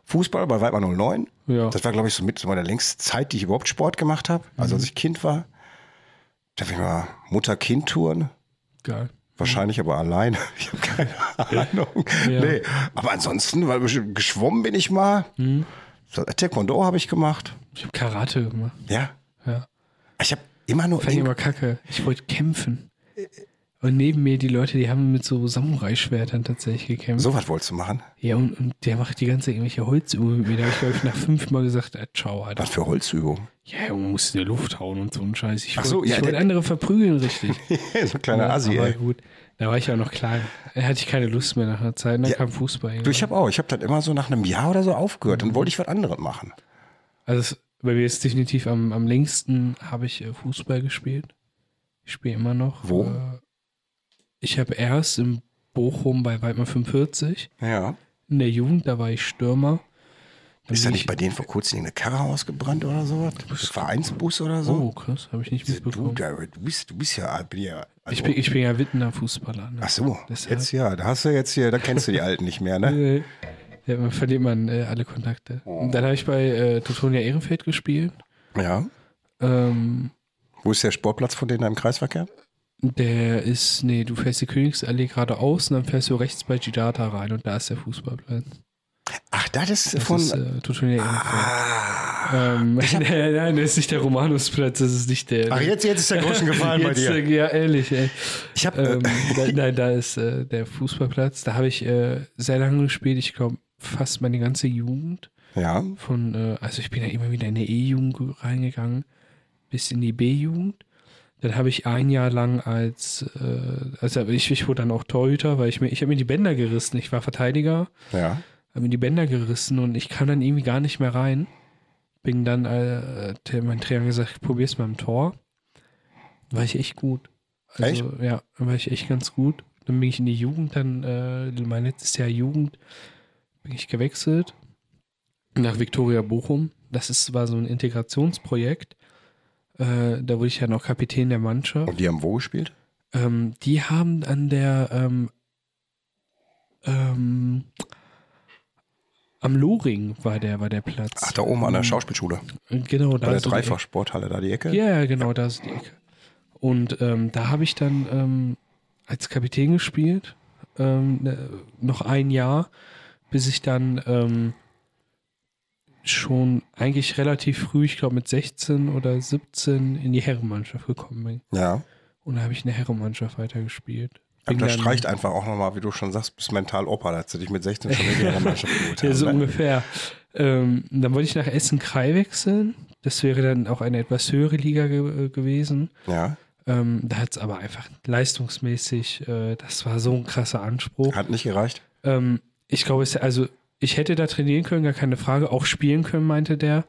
Speaker 1: Fußball bei Weidmann 09.
Speaker 2: Ja.
Speaker 1: Das war, glaube ich, so mit so meiner längste Zeit, die ich überhaupt Sport gemacht habe. Also,
Speaker 2: Mhm.
Speaker 1: als ich Kind war. Da habe ich mal Mutter-Kind-Touren.
Speaker 2: Geil.
Speaker 1: Wahrscheinlich aber alleine. Ich habe keine Ahnung.
Speaker 2: Mhm. Ja.
Speaker 1: Nee. Aber ansonsten, weil geschwommen bin ich mal.
Speaker 2: Mhm.
Speaker 1: So, Taekwondo habe ich gemacht.
Speaker 2: Ich habe Karate gemacht.
Speaker 1: Ja.
Speaker 2: Ja.
Speaker 1: Ich habe immer nur.
Speaker 2: Fand ich immer kacke. Ich wollte kämpfen. Und neben mir die Leute, die haben mit so Samurai-Schwertern tatsächlich gekämpft.
Speaker 1: So was wolltest du machen?
Speaker 2: Ja, und, und der macht die ganze irgendwelche Holzübungen mit mir. Da habe ich, glaube ich, nach fünfmal gesagt, äh, ciao, Alter.
Speaker 1: Was für Holzübungen?
Speaker 2: Ja, man muss in der Luft hauen und so ein Scheiß. Ich
Speaker 1: Ach
Speaker 2: wollte
Speaker 1: so, ja,
Speaker 2: ich wollte
Speaker 1: der-
Speaker 2: andere verprügeln, richtig.
Speaker 1: so ein kleiner
Speaker 2: Ja,
Speaker 1: Assi,
Speaker 2: aber
Speaker 1: ey.
Speaker 2: gut, da war ich ja noch klein. Da hatte ich keine Lust mehr nach einer Zeit. Und dann
Speaker 1: Ja.
Speaker 2: kam Fußball.
Speaker 1: Du,
Speaker 2: irgendwann.
Speaker 1: ich habe auch. Ich habe dann immer so nach einem Jahr oder so aufgehört. Dann wollte
Speaker 2: Mhm.
Speaker 1: ich was anderes machen.
Speaker 2: Also es, bei mir ist definitiv am, am längsten habe ich äh, Fußball gespielt. Ich spiele immer noch.
Speaker 1: Wo?
Speaker 2: Äh, ich habe erst in Bochum bei Weidmann 45
Speaker 1: Ja.
Speaker 2: in der Jugend, da war ich Stürmer. Dann
Speaker 1: Ist da
Speaker 2: bin
Speaker 1: nicht
Speaker 2: ich-
Speaker 1: bei denen vor kurzem irgendeine Karre ausgebrannt oder sowas? Vereinsbus oder
Speaker 2: Oh,
Speaker 1: so?
Speaker 2: krass, habe ich nicht
Speaker 1: du,
Speaker 2: mitbekommen.
Speaker 1: da, du, bist, du bist ja. Bin ja also,
Speaker 2: ich, bin, ich bin ja Wittener Fußballer. Ne?
Speaker 1: ach so.
Speaker 2: Deshalb-
Speaker 1: Jetzt ja. Da hast du jetzt hier. Da kennst du die Alten nicht mehr, ne?
Speaker 2: Äh, Ja, man verliert man äh, alle Kontakte.
Speaker 1: Oh.
Speaker 2: Und Dann habe ich bei äh, Teutonia Ehrenfeld gespielt.
Speaker 1: Ja.
Speaker 2: Ähm,
Speaker 1: Wo ist der Sportplatz von denen da im Kreisverkehr?
Speaker 2: der ist, nee, du fährst die Königsallee geradeaus und dann fährst du rechts bei Gidata rein und da ist der Fußballplatz.
Speaker 1: Ach, das ist
Speaker 2: Das
Speaker 1: von.
Speaker 2: ist äh, Teutonia Ehrenfeld.
Speaker 1: ah.
Speaker 2: Ähm, nein, nein, das ist nicht der Romanusplatz, das ist nicht der.
Speaker 1: Ach, jetzt, jetzt ist der Groschen gefallen bei
Speaker 2: Jetzt,
Speaker 1: dir.
Speaker 2: äh, Ja, ehrlich, ey.
Speaker 1: Ich habe
Speaker 2: Ähm,
Speaker 1: äh,
Speaker 2: da, nein, da ist äh, der Fußballplatz. Da habe ich äh, sehr lange gespielt. Ich glaube, fast meine ganze Jugend.
Speaker 1: ja.
Speaker 2: von, äh, also ich bin ja immer wieder in eine E-Jugend reingegangen, bis in die B-Jugend. Dann habe ich ein Jahr lang als, äh, also ich, ich wurde dann auch Torhüter, weil ich mir, ich habe mir die Bänder gerissen. Ich war Verteidiger,
Speaker 1: Ja.
Speaker 2: habe mir die Bänder gerissen und ich kam dann irgendwie gar nicht mehr rein. Bin dann, äh, der- mein Trainer hat gesagt, probier's mal im Tor. War ich echt gut. Also, ja, war ich echt ganz gut. Dann bin ich in die Jugend, dann äh, mein letztes Jahr Jugend, bin ich gewechselt nach Viktoria Bochum. Das ist, war so ein Integrationsprojekt. Äh, da wurde ich ja noch Kapitän der Mannschaft.
Speaker 1: Und die haben wo gespielt?
Speaker 2: Ähm, die haben an der ähm, ähm, am Loring war der, war der Platz. Mhm.
Speaker 1: Ach, da oben an der Schauspielschule.
Speaker 2: Genau, da
Speaker 1: Bei der
Speaker 2: ist so die Ecke.
Speaker 1: Dreifachsporthalle, da die Ecke.
Speaker 2: Ja, ja, genau, da ist die Ecke. Und ähm, da habe ich dann ähm, als Kapitän gespielt, ähm, ne- noch ein Jahr, bis ich dann ähm, schon eigentlich relativ früh, ich glaube mit 16 oder 17, in die Herrenmannschaft gekommen bin.
Speaker 1: Ja.
Speaker 2: Und da habe ich in der Herrenmannschaft weitergespielt. Bin
Speaker 1: Das
Speaker 2: dann-
Speaker 1: streicht einfach auch nochmal, wie du schon sagst, bist mental Opa, da hast du dich mit 16 schon in die Herrenmannschaft geholt.
Speaker 2: Ja, so
Speaker 1: haben, ne?
Speaker 2: ungefähr. Ähm, dann wollte ich nach Essen-Krei wechseln. Das wäre dann auch eine etwas höhere Liga ge äh, gewesen.
Speaker 1: Ja.
Speaker 2: Ähm, da hat es aber einfach leistungsmäßig, äh, das war so ein krasser Anspruch.
Speaker 1: Hat nicht gereicht.
Speaker 2: Ähm, ich glaube, es, also ich hätte da trainieren können, gar keine Frage, auch spielen können, meinte der.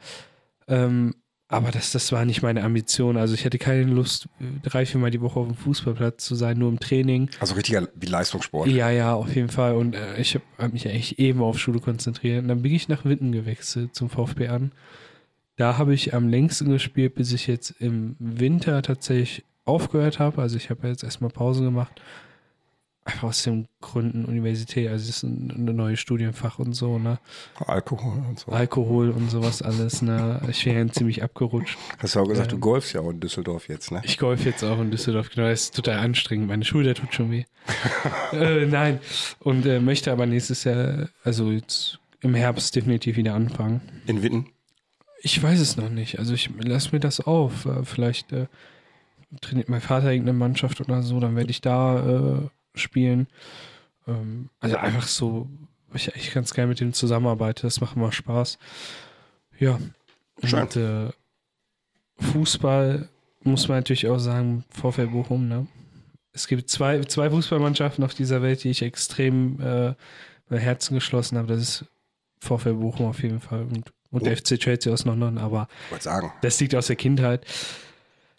Speaker 2: Ähm, aber das, das war nicht meine Ambition. Also ich hatte keine Lust, drei, viermal die Woche auf dem Fußballplatz zu sein, nur im Training.
Speaker 1: Also richtiger wie Leistungssport.
Speaker 2: Ja, ja, auf jeden Fall. Und äh, ich habe hab mich eigentlich eben auf Schule konzentriert. Und dann bin ich nach Witten gewechselt zum VfB an. Da habe ich am längsten gespielt, bis ich jetzt im Winter tatsächlich aufgehört habe. Also ich habe jetzt erstmal Pause gemacht. Einfach aus den Gründen Universität. Also es ist ein, ein neues Studienfach und so, ne?
Speaker 1: Alkohol und so.
Speaker 2: Alkohol und sowas alles, ne? Ich wäre dann ziemlich abgerutscht.
Speaker 1: Hast du auch gesagt, du
Speaker 2: Ähm.
Speaker 1: golfst ja auch in Düsseldorf jetzt, ne?
Speaker 2: Ich golf jetzt auch in Düsseldorf, genau. Das ist total anstrengend. Meine Schulter tut schon weh. äh, nein. Und äh, möchte aber nächstes Jahr, also jetzt im Herbst definitiv wieder anfangen.
Speaker 1: In Witten.
Speaker 2: Ich weiß es noch nicht. Also ich lasse mir das auf. Äh, Vielleicht äh, trainiert mein Vater irgendeine Mannschaft oder so, dann werde ich da äh, spielen. Ähm, also einfach so, ich eigentlich ganz gerne mit dem zusammenarbeite. Das macht immer Spaß. Ja.
Speaker 1: Schön.
Speaker 2: Und äh, Fußball muss man natürlich auch sagen, VfL Bochum, ne? Es gibt zwei, zwei Fußballmannschaften auf dieser Welt, die ich extrem äh, mein Herzen geschlossen habe. Das ist VfL Bochum auf jeden Fall und, und der FC Chelsea aus London, aber
Speaker 1: Wollte sagen.
Speaker 2: das liegt aus der Kindheit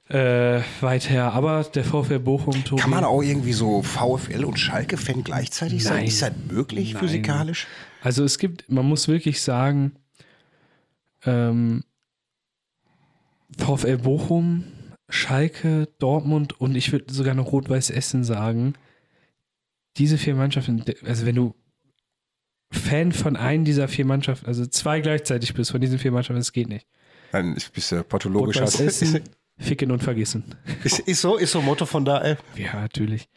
Speaker 2: äh, weit her. Aber der VfL Bochum, Tobi,
Speaker 1: Kann man auch irgendwie so VfL und Schalke-Fan gleichzeitig sein?
Speaker 2: Nein.
Speaker 1: Ist das möglich
Speaker 2: Nein.
Speaker 1: physikalisch?
Speaker 2: also es gibt, man muss wirklich sagen, ähm, VfL Bochum, Schalke, Dortmund und ich würde sogar noch Rot-Weiß Essen sagen, diese vier Mannschaften, also wenn du Fan von einem dieser vier Mannschaften, also zwei gleichzeitig bist von diesen vier Mannschaften, das geht nicht.
Speaker 1: Nein, ich bist ja pathologisch.
Speaker 2: Rot-Weiß
Speaker 1: Ist,
Speaker 2: Essen, ficken und vergessen.
Speaker 1: ist, ist so, ist so ein Motto von da, äh, ey.
Speaker 2: Ja, natürlich.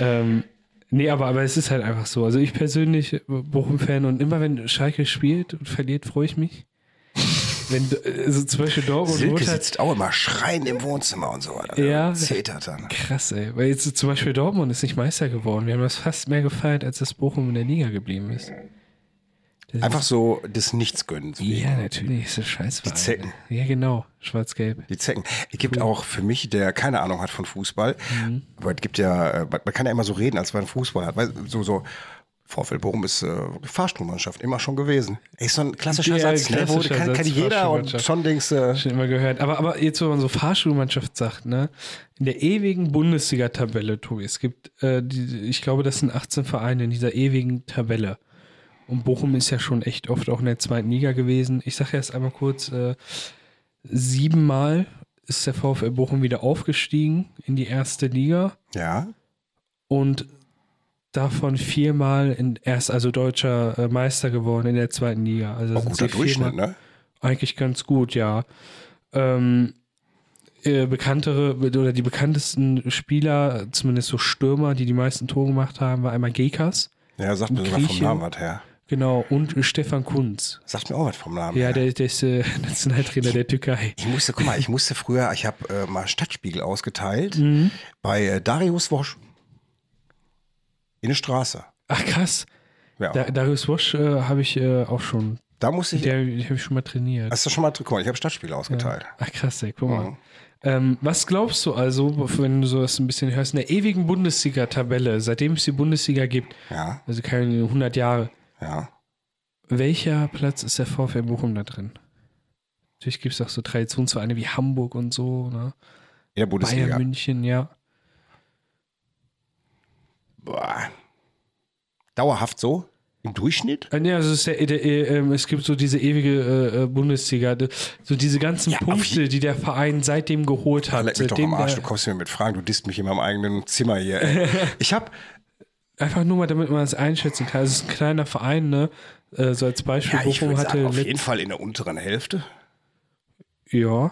Speaker 2: Ähm, nee, aber, aber es ist halt einfach so. Also ich persönlich, Bochum-Fan, und immer wenn Schalke spielt und verliert, freue ich mich. Wenn so also zum Beispiel Dortmund
Speaker 1: Silke
Speaker 2: Rot-Weiß-
Speaker 1: sitzt auch immer schreiend im Wohnzimmer und so weiter.
Speaker 2: Ja.
Speaker 1: Zetert dann.
Speaker 2: Krass, ey. Weil jetzt zum Beispiel Dortmund ist nicht Meister geworden. Wir haben das fast mehr gefeiert, als dass Bochum in der Liga geblieben ist. Das
Speaker 1: Einfach so des Nichts gönnen. so
Speaker 2: Ist, ja, natürlich, ist das scheiße.
Speaker 1: Zecken.
Speaker 2: Ja, genau. Schwarz-Gelb.
Speaker 1: Die Zecken. Es gibt auch für mich, der keine Ahnung hat von Fußball,
Speaker 2: Mhm.
Speaker 1: aber es gibt ja, äh, man man kann ja immer so reden, als wenn man Fußball hat. Weißt, du, so, so, VfL Bochum ist äh, Fahrstuhlmannschaft, immer schon gewesen. Ey, ist so ein klassischer
Speaker 2: Ja,
Speaker 1: Satz, ne? Wo,
Speaker 2: klassischer
Speaker 1: kann, kann
Speaker 2: Satz,
Speaker 1: jeder und
Speaker 2: Fahrstuhlmannschaft.
Speaker 1: schon denkst äh,
Speaker 2: Schon immer gehört. Aber, aber jetzt, wenn man so Fahrschulmannschaft sagt, ne? In der ewigen Bundesliga-Tabelle, Tobi, es gibt, äh, die, ich glaube, das sind 18 Vereine in dieser ewigen Tabelle. Und Bochum ist ja schon echt oft auch in der zweiten Liga gewesen. Ich sage erst einmal kurz, äh, siebenmal ist der VfL Bochum wieder aufgestiegen in die erste Liga
Speaker 1: ja,
Speaker 2: und davon viermal in erst, also deutscher äh, Meister geworden in der zweiten Liga. Also
Speaker 1: auch
Speaker 2: sind
Speaker 1: guter
Speaker 2: sie viermal-
Speaker 1: Durchschnitt, ne?
Speaker 2: eigentlich ganz gut, ja. Ähm, äh, bekanntere oder die bekanntesten Spieler, zumindest so Stürmer, die die meisten Tore gemacht haben, war einmal Gekas,
Speaker 1: ne? Ja, sagt mir sogar vom
Speaker 2: Griechen.
Speaker 1: Namen was her.
Speaker 2: genau, und Stefan Kunz.
Speaker 1: Sagt mir auch was vom Namen
Speaker 2: Ja,
Speaker 1: her.
Speaker 2: der, der ist äh, Nationaltrainer der Türkei.
Speaker 1: Ich musste, guck mal, ich musste früher, ich habe äh, mal Stadtspiegel ausgeteilt
Speaker 2: Mhm.
Speaker 1: bei äh, Darius Wosch. In der Straße.
Speaker 2: Ach krass,
Speaker 1: Ja.
Speaker 2: da,
Speaker 1: Da,
Speaker 2: Darius Wosch äh, habe ich äh, auch schon,
Speaker 1: musste ich.
Speaker 2: der habe ich schon mal trainiert.
Speaker 1: Hast du schon mal guck mal, ich habe Stadtspiegel ausgeteilt.
Speaker 2: Ach krass, ey, guck mal. Ähm, was glaubst du also, wenn du sowas ein bisschen hörst, in der ewigen Bundesliga-Tabelle, seitdem es die Bundesliga gibt,
Speaker 1: Ja,
Speaker 2: also keine 100 Jahre,
Speaker 1: ja.
Speaker 2: Welcher Platz ist der VfL Bochum da drin? Natürlich gibt es auch so Traditionsvereine wie Hamburg und so, ne?
Speaker 1: In der Bundesliga.
Speaker 2: Bayern München, ja.
Speaker 1: Boah. Dauerhaft so? Im Durchschnitt?
Speaker 2: Äh, nee, also es, ist der, der, äh, ähm, es gibt so diese ewige äh, äh, Bundesliga, de- so diese ganzen
Speaker 1: Ja, auf
Speaker 2: Punkte, die der Verein seitdem geholt hat.
Speaker 1: Leck mich doch
Speaker 2: seitdem
Speaker 1: am Arsch, du
Speaker 2: der,
Speaker 1: kommst mir mit Fragen, du disst mich in meinem eigenen Zimmer hier. Ey. Ich hab,
Speaker 2: einfach nur mal, damit man das einschätzen kann. Also es ist ein kleiner Verein, ne? Äh, so als Beispiel,
Speaker 1: ja, ich
Speaker 2: Bochum
Speaker 1: würde
Speaker 2: hatte
Speaker 1: sagen, auf
Speaker 2: let-
Speaker 1: jeden Fall in der unteren Hälfte.
Speaker 2: ja,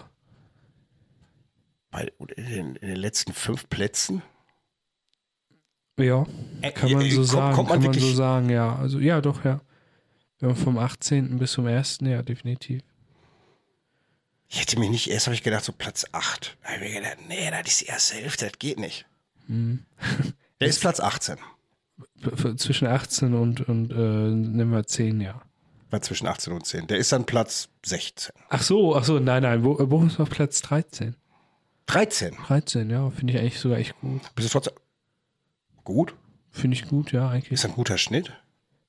Speaker 1: Bei, in, den- in den letzten fünf Plätzen.
Speaker 2: Ja,
Speaker 1: Äh,
Speaker 2: kann man
Speaker 1: äh,
Speaker 2: so
Speaker 1: kommt-
Speaker 2: sagen.
Speaker 1: kommt man
Speaker 2: kann man so
Speaker 1: wirklich-
Speaker 2: sagen, ja. Also ja, doch, ja. Wenn man vom 18. bis zum 1. ja, definitiv.
Speaker 1: Ich hätte mir nicht, erst habe ich gedacht, so Platz 8. Da habe ich mir gedacht, nee, das ist die erste Hälfte, das geht nicht.
Speaker 2: Mhm.
Speaker 1: Der ist Platz 18.
Speaker 2: F- f- Zwischen 18 und, und äh, nehmen wir 10, ja.
Speaker 1: War zwischen 18 und 10. Der ist dann Platz 16.
Speaker 2: Ach so, ach so, nein, nein. Bo Bochum ist auf Platz 13.
Speaker 1: 13.
Speaker 2: 13, ja, finde ich eigentlich sogar echt gut.
Speaker 1: Bist du trotzdem. Gut?
Speaker 2: Finde ich gut, ja, eigentlich.
Speaker 1: Ist ein guter Schnitt?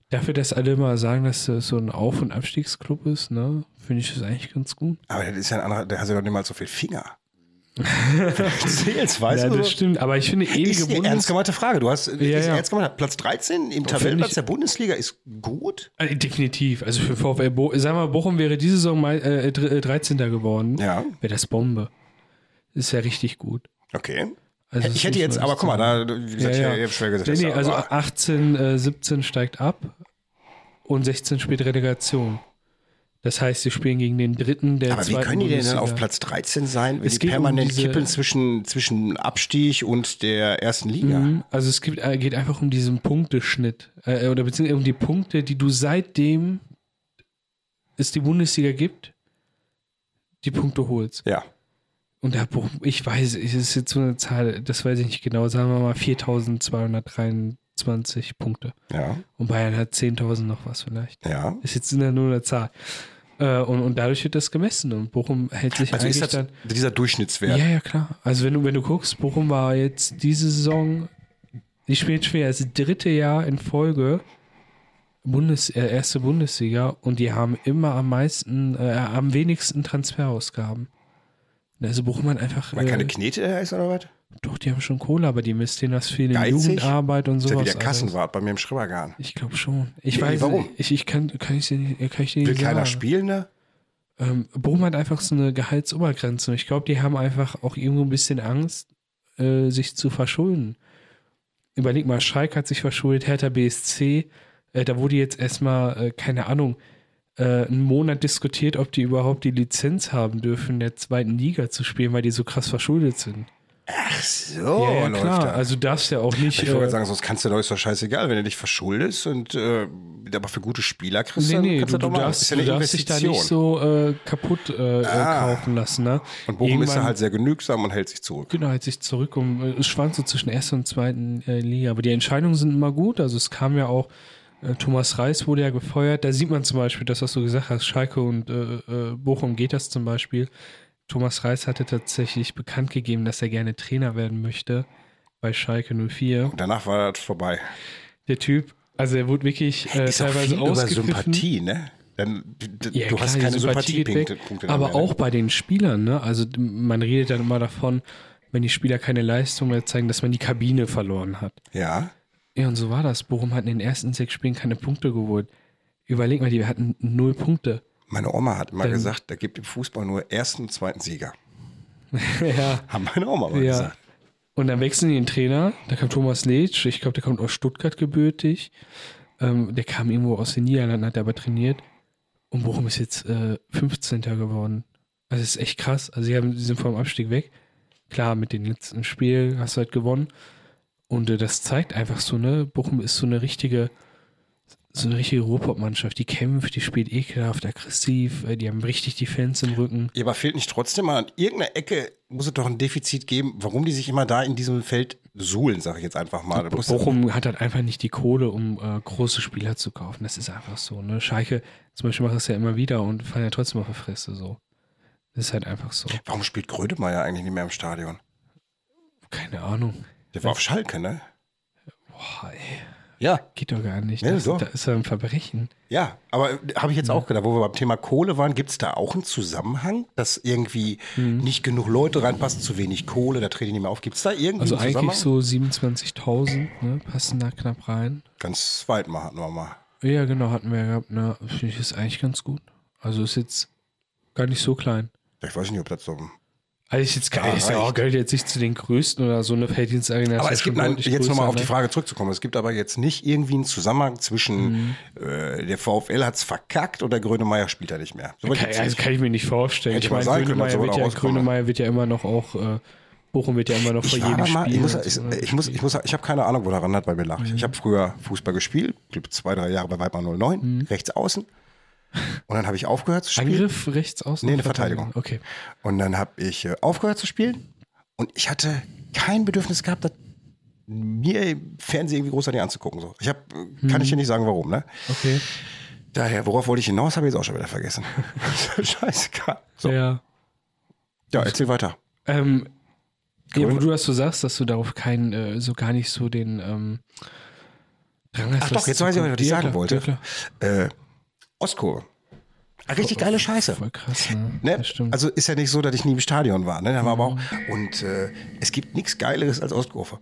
Speaker 2: Dafür, dass alle mal sagen, dass das so ein Auf- und Abstiegsclub ist, ne, finde ich das eigentlich ganz gut.
Speaker 1: Aber das ist ja ein anderer, der hat ja doch nicht mal so viel Finger. Zähl's, weißt
Speaker 2: ja,
Speaker 1: du?
Speaker 2: das stimmt, aber ich finde ewige
Speaker 1: Ist eine ernst
Speaker 2: Bundes...
Speaker 1: gemeinte Frage. Du hast ist
Speaker 2: ja.
Speaker 1: ernst gemeint. Platz 13 im Tabellenplatz der Bundesliga ist gut.
Speaker 2: Äh, Definitiv, also für VfL Bo sagen wir mal, Bochum wäre diese Saison mal, äh, dr- äh, 13. geworden.
Speaker 1: Ja.
Speaker 2: Wäre das Bombe. Ist ja richtig gut.
Speaker 1: Okay.
Speaker 2: Also das
Speaker 1: ich hätte
Speaker 2: muss
Speaker 1: jetzt,
Speaker 2: man
Speaker 1: aber
Speaker 2: echt
Speaker 1: guck mal,
Speaker 2: sagen.
Speaker 1: da, wie gesagt,
Speaker 2: Ja, ja.
Speaker 1: ich habe schwer gesagt.
Speaker 2: Nee, nee,
Speaker 1: aber-
Speaker 2: also 18, äh, 17 steigt ab und 16 spielt Relegation. Das heißt, sie spielen gegen den dritten der
Speaker 1: aber wie
Speaker 2: zweiten
Speaker 1: können die denn dann
Speaker 2: Bundesliga.
Speaker 1: auf Platz 13 sein, wenn
Speaker 2: Es
Speaker 1: die
Speaker 2: geht um
Speaker 1: permanent
Speaker 2: diese-
Speaker 1: kippeln zwischen, zwischen Abstieg und der ersten Liga?
Speaker 2: Mhm, Also es gibt, äh, geht einfach um diesen Punkteschnitt äh, oder beziehungsweise um die Punkte, die du seitdem es die Bundesliga gibt, die Punkte holst.
Speaker 1: Ja.
Speaker 2: Und da, Bochum- ich weiß, es ist jetzt so eine Zahl, das weiß ich nicht genau, sagen wir mal 4223 Punkte.
Speaker 1: Ja.
Speaker 2: Und Bayern hat 10.000 noch was vielleicht.
Speaker 1: Ja.
Speaker 2: Ist jetzt in der nur eine Zahl. Äh, und, und dadurch wird das gemessen. Und Bochum hält sich
Speaker 1: Also
Speaker 2: eigentlich
Speaker 1: ist das
Speaker 2: dann.
Speaker 1: dieser
Speaker 2: Ja.
Speaker 1: Durchschnittswert.
Speaker 2: ja, klar. Also wenn du, wenn du guckst, Bochum war jetzt diese Saison, die spielt schwer, das dritte Jahr in Folge Bundes, äh, erste Bundesliga und die haben immer am meisten, äh, am wenigsten Transferausgaben. Also Bochum hat einfach.
Speaker 1: Weil
Speaker 2: äh,
Speaker 1: keine Knete da ist oder was?
Speaker 2: doch, die haben schon Kohle, aber die misstehen das viel in
Speaker 1: Geizig?
Speaker 2: Jugendarbeit und
Speaker 1: Ist ja
Speaker 2: sowas. also.
Speaker 1: wie der
Speaker 2: alles.
Speaker 1: Kassenwart bei mir im Schrebergarn.
Speaker 2: Ich glaube schon. Ich
Speaker 1: Ja,
Speaker 2: weiß,
Speaker 1: warum?
Speaker 2: ich, ich kann, kann ich dir nicht, kann ich dir
Speaker 1: Will
Speaker 2: nicht sagen.
Speaker 1: keiner spielen, ne?
Speaker 2: Ähm, Bochum hat einfach so eine Gehaltsobergrenze. Und Ich glaube, die haben einfach auch irgendwo ein bisschen Angst, äh, sich zu verschulden. Überleg mal, Schalke hat sich verschuldet, Hertha BSC, äh, da wurde jetzt erstmal, äh, keine Ahnung, äh, einen Monat diskutiert, ob die überhaupt die Lizenz haben dürfen, in der zweiten Liga zu spielen, weil die so krass verschuldet sind.
Speaker 1: Ach so,
Speaker 2: ja, ja,
Speaker 1: Oh, läuft
Speaker 2: klar.
Speaker 1: da.
Speaker 2: Also äh, darfst ja auch nicht.
Speaker 1: ich wollte gerade sagen, sonst kannst du doch, ist doch scheißegal, wenn du dich verschuldest und äh, aber für gute Spieler kriegst,
Speaker 2: Nee,
Speaker 1: dann
Speaker 2: nee,
Speaker 1: kannst
Speaker 2: du,
Speaker 1: doch
Speaker 2: du
Speaker 1: machen.
Speaker 2: darfst,
Speaker 1: ist ja
Speaker 2: du
Speaker 1: eine
Speaker 2: darfst dich da
Speaker 1: Investition.
Speaker 2: nicht so äh, kaputt äh, äh,
Speaker 1: Ah.
Speaker 2: kaufen lassen. Ne?
Speaker 1: und Bochum ist da
Speaker 2: Irgendwann-
Speaker 1: halt sehr genügsam und hält sich zurück.
Speaker 2: Genau, hält sich zurück um äh, es schwankt so zwischen erster und zweiten äh, Liga. Aber die Entscheidungen sind immer gut. Also es kam ja auch, äh, Thomas Reis wurde ja gefeuert. Da sieht man zum Beispiel das, was du gesagt hast, Schalke und äh, äh, Bochum geht das zum Beispiel. Thomas Reis hatte tatsächlich bekannt gegeben, dass er gerne Trainer werden möchte bei Schalke 04.
Speaker 1: Und danach war das vorbei.
Speaker 2: Der Typ, also er wurde wirklich äh,
Speaker 1: ist auch
Speaker 2: teilweise
Speaker 1: viel über
Speaker 2: ausgepfiffen.
Speaker 1: Sympathie, ne? Dann, d- d-
Speaker 2: Ja,
Speaker 1: du
Speaker 2: klar,
Speaker 1: hast
Speaker 2: die
Speaker 1: keine
Speaker 2: Sympathie geht
Speaker 1: Sympathiepunkte.
Speaker 2: weg,
Speaker 1: Punkte
Speaker 2: aber
Speaker 1: mehr, ne?
Speaker 2: auch bei den Spielern, ne? Also d- man redet dann immer davon, wenn die Spieler keine Leistung mehr zeigen, dass man die Kabine verloren hat.
Speaker 1: Ja.
Speaker 2: Ja, und so war das. Bochum hat in den ersten sechs Spielen keine Punkte geholt. Überleg mal, die hatten null Punkte.
Speaker 1: Meine Oma hat immer
Speaker 2: Dann-
Speaker 1: gesagt, da gibt im Fußball nur ersten und zweiten Sieger.
Speaker 2: ja.
Speaker 1: Haben meine Oma mal
Speaker 2: ja.
Speaker 1: gesagt.
Speaker 2: Und dann wechseln die den Trainer. Da kam Thomas Letsch. Ich glaube, der kommt aus Stuttgart gebürtig. Ähm, der kam irgendwo aus den Niederlanden, hat aber trainiert. Und Bochum ist jetzt äh, 15. geworden. Also das ist echt krass. Also sie, haben, sie sind vor dem Abstieg weg. Klar, mit dem letzten Spiel hast du halt gewonnen. Und äh, das zeigt einfach so, ne? Bochum ist so eine richtige, so eine richtige Ruhrpott-Mannschaft. Die kämpft, die spielt ekelhaft, aggressiv, äh, die haben richtig die Fans im Rücken.
Speaker 1: Ja, aber fehlt nicht trotzdem mal an irgendeiner Ecke, muss es doch ein Defizit geben, warum die sich immer da in diesem Feld suhlen, sage ich jetzt einfach mal. Da muss-
Speaker 2: Bochum hat halt einfach nicht die Kohle, um äh, große Spieler zu kaufen. Das ist einfach so. Ne? Schalke zum Beispiel macht das ja immer wieder und fallen ja trotzdem auf die Fresse so. Das ist halt einfach so.
Speaker 1: Warum spielt Grödemeyer eigentlich nicht mehr im Stadion?
Speaker 2: Keine Ahnung.
Speaker 1: Der war auf Schalke, ne?
Speaker 2: Boah, ey.
Speaker 1: Ja.
Speaker 2: Geht doch gar nicht.
Speaker 1: Ja,
Speaker 2: Das,
Speaker 1: doch.
Speaker 2: da ist ja ein Verbrechen.
Speaker 1: Ja, aber äh, habe ich jetzt auch gedacht, wo wir beim Thema Kohle waren, gibt es da auch einen Zusammenhang, dass irgendwie
Speaker 2: Mhm.
Speaker 1: nicht genug Leute reinpassen, zu wenig Kohle, da treten die nicht mehr auf. Gibt es da irgendwie
Speaker 2: Also
Speaker 1: einen
Speaker 2: eigentlich
Speaker 1: Zusammenhang?
Speaker 2: so 27.000 ne, passen da knapp rein.
Speaker 1: Ganz weit mal hatten wir mal.
Speaker 2: Ja, genau, hatten wir ja gehabt. Ne, Finde ich ist eigentlich ganz gut. Also ist jetzt gar nicht so klein.
Speaker 1: Ich weiß nicht, ob das so.
Speaker 2: Also ist jetzt gar,
Speaker 1: Ja,
Speaker 2: ist ja auch
Speaker 1: reicht.
Speaker 2: Geld jetzt nicht zu den größten oder so eine Verdienstarena. ist
Speaker 1: Aber
Speaker 2: ja
Speaker 1: es
Speaker 2: schon
Speaker 1: gibt, nein,
Speaker 2: deutlich
Speaker 1: jetzt nochmal
Speaker 2: größer,
Speaker 1: auf die
Speaker 2: ne?
Speaker 1: Frage zurückzukommen. Es gibt aber jetzt nicht irgendwie einen Zusammenhang zwischen äh, der VfL hat's verkackt oder Grönemeyer spielt da nicht mehr. So weit
Speaker 2: Kann,
Speaker 1: gibt's
Speaker 2: also
Speaker 1: nicht.
Speaker 2: kann ich mir nicht vorstellen.
Speaker 1: Hätte
Speaker 2: ich
Speaker 1: mal sein
Speaker 2: meine,
Speaker 1: können, dass
Speaker 2: Grönemeyer
Speaker 1: sowas
Speaker 2: wird,
Speaker 1: da
Speaker 2: ja,
Speaker 1: rauskommt.
Speaker 2: Grönemeyer wird ja immer noch auch äh, Bochum wird ja immer noch vor
Speaker 1: Ich war
Speaker 2: jedem
Speaker 1: da
Speaker 2: Spiel.
Speaker 1: mal, ich muss, ich,
Speaker 2: so, ne?
Speaker 1: ich muss, ich muss, ich habe keine Ahnung, wo daran hat bei mir lag. Ich habe früher Fußball gespielt, ich glaub, zwei, drei Jahre bei Weidmann 09,
Speaker 2: Mhm.
Speaker 1: rechts außen. Und dann habe ich aufgehört zu spielen.
Speaker 2: Angriff rechts außen?
Speaker 1: Nee, eine Verteidigung.
Speaker 2: Okay.
Speaker 1: Und dann habe ich äh, aufgehört zu spielen und ich hatte kein Bedürfnis gehabt, das mir im Fernsehen irgendwie großartig anzugucken. So. Ich hab, äh, kann
Speaker 2: Mhm.
Speaker 1: ich dir nicht sagen, warum. Ne?
Speaker 2: Okay.
Speaker 1: Daher, worauf wollte ich hinaus, habe ich jetzt auch schon wieder vergessen. Scheißegal. So, ja.
Speaker 2: Ja.
Speaker 1: erzähl weiter.
Speaker 2: Ähm, ja,
Speaker 1: Grün-
Speaker 2: wo du das so sagst, dass du darauf keinen, äh, so gar nicht so den ähm, Drang hast.
Speaker 1: Ach
Speaker 2: das
Speaker 1: doch, jetzt
Speaker 2: zu
Speaker 1: weiß ich, was
Speaker 2: gucken.
Speaker 1: ich
Speaker 2: Ja,
Speaker 1: sagen
Speaker 2: klar, ja,
Speaker 1: wollte.
Speaker 2: klar.
Speaker 1: Äh, Ostkurve. Ah, Richtig geile Scheiße.
Speaker 2: Voll krass, ne?
Speaker 1: Ne?
Speaker 2: Das stimmt. Mhm.
Speaker 1: Also ist ja nicht so, dass ich nie im Stadion war. Ne? Da war aber auch, und äh, es gibt nichts Geileres als Ostkurve.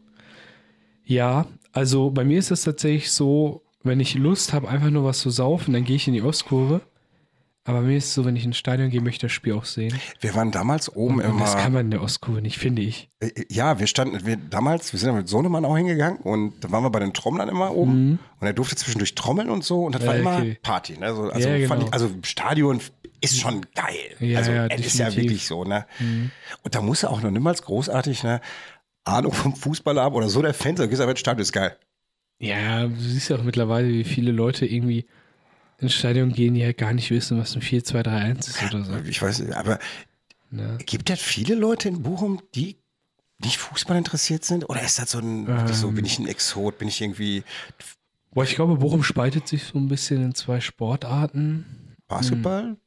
Speaker 2: Ja, also bei mir ist es tatsächlich so, wenn ich Lust habe, einfach nur was zu saufen, dann gehe ich in die Ostkurve. Aber bei mir ist es so, wenn ich ins Stadion gehe, möchte ich das Spiel auch sehen.
Speaker 1: Wir waren damals oben
Speaker 2: Und das kann
Speaker 1: Um immer.
Speaker 2: man in der Ostkurve nicht, finde ich.
Speaker 1: äh, Ja, wir standen, wir damals, wir sind ja mit Sohnemann auch hingegangen und da waren wir bei den Trommlern immer oben und er durfte zwischendurch trommeln und so und das war
Speaker 2: Mhm. Ja,
Speaker 1: immer
Speaker 2: okay.
Speaker 1: Party. Ne? Also, also,
Speaker 2: Ja,
Speaker 1: fand
Speaker 2: genau.
Speaker 1: ich, also Stadion ist schon geil.
Speaker 2: Ja,
Speaker 1: also
Speaker 2: ja,
Speaker 1: es ist ja
Speaker 2: definitiv. Mhm.
Speaker 1: wirklich so. Ne? Und da musst du auch noch niemals großartig ne, Ahnung vom Fußball haben oder so der Fan, sondern du gehst einfach ins Stadion, ist geil.
Speaker 2: Ja, du siehst ja auch mittlerweile, wie viele Leute irgendwie ins Stadion gehen, die halt gar nicht wissen, was ein 4-2-3-1 ist oder so.
Speaker 1: Also, Ich weiß, nicht, aber
Speaker 2: Ne?
Speaker 1: Gibt es viele Leute in Bochum, die nicht Fußball interessiert sind? Oder ist das so ein, wirklich
Speaker 2: Ähm.
Speaker 1: so, bin ich ein Exot? Bin ich irgendwie
Speaker 2: Boah, ich glaube, Bochum spaltet sich so ein bisschen in zwei Sportarten.
Speaker 1: Basketball?
Speaker 2: Hm.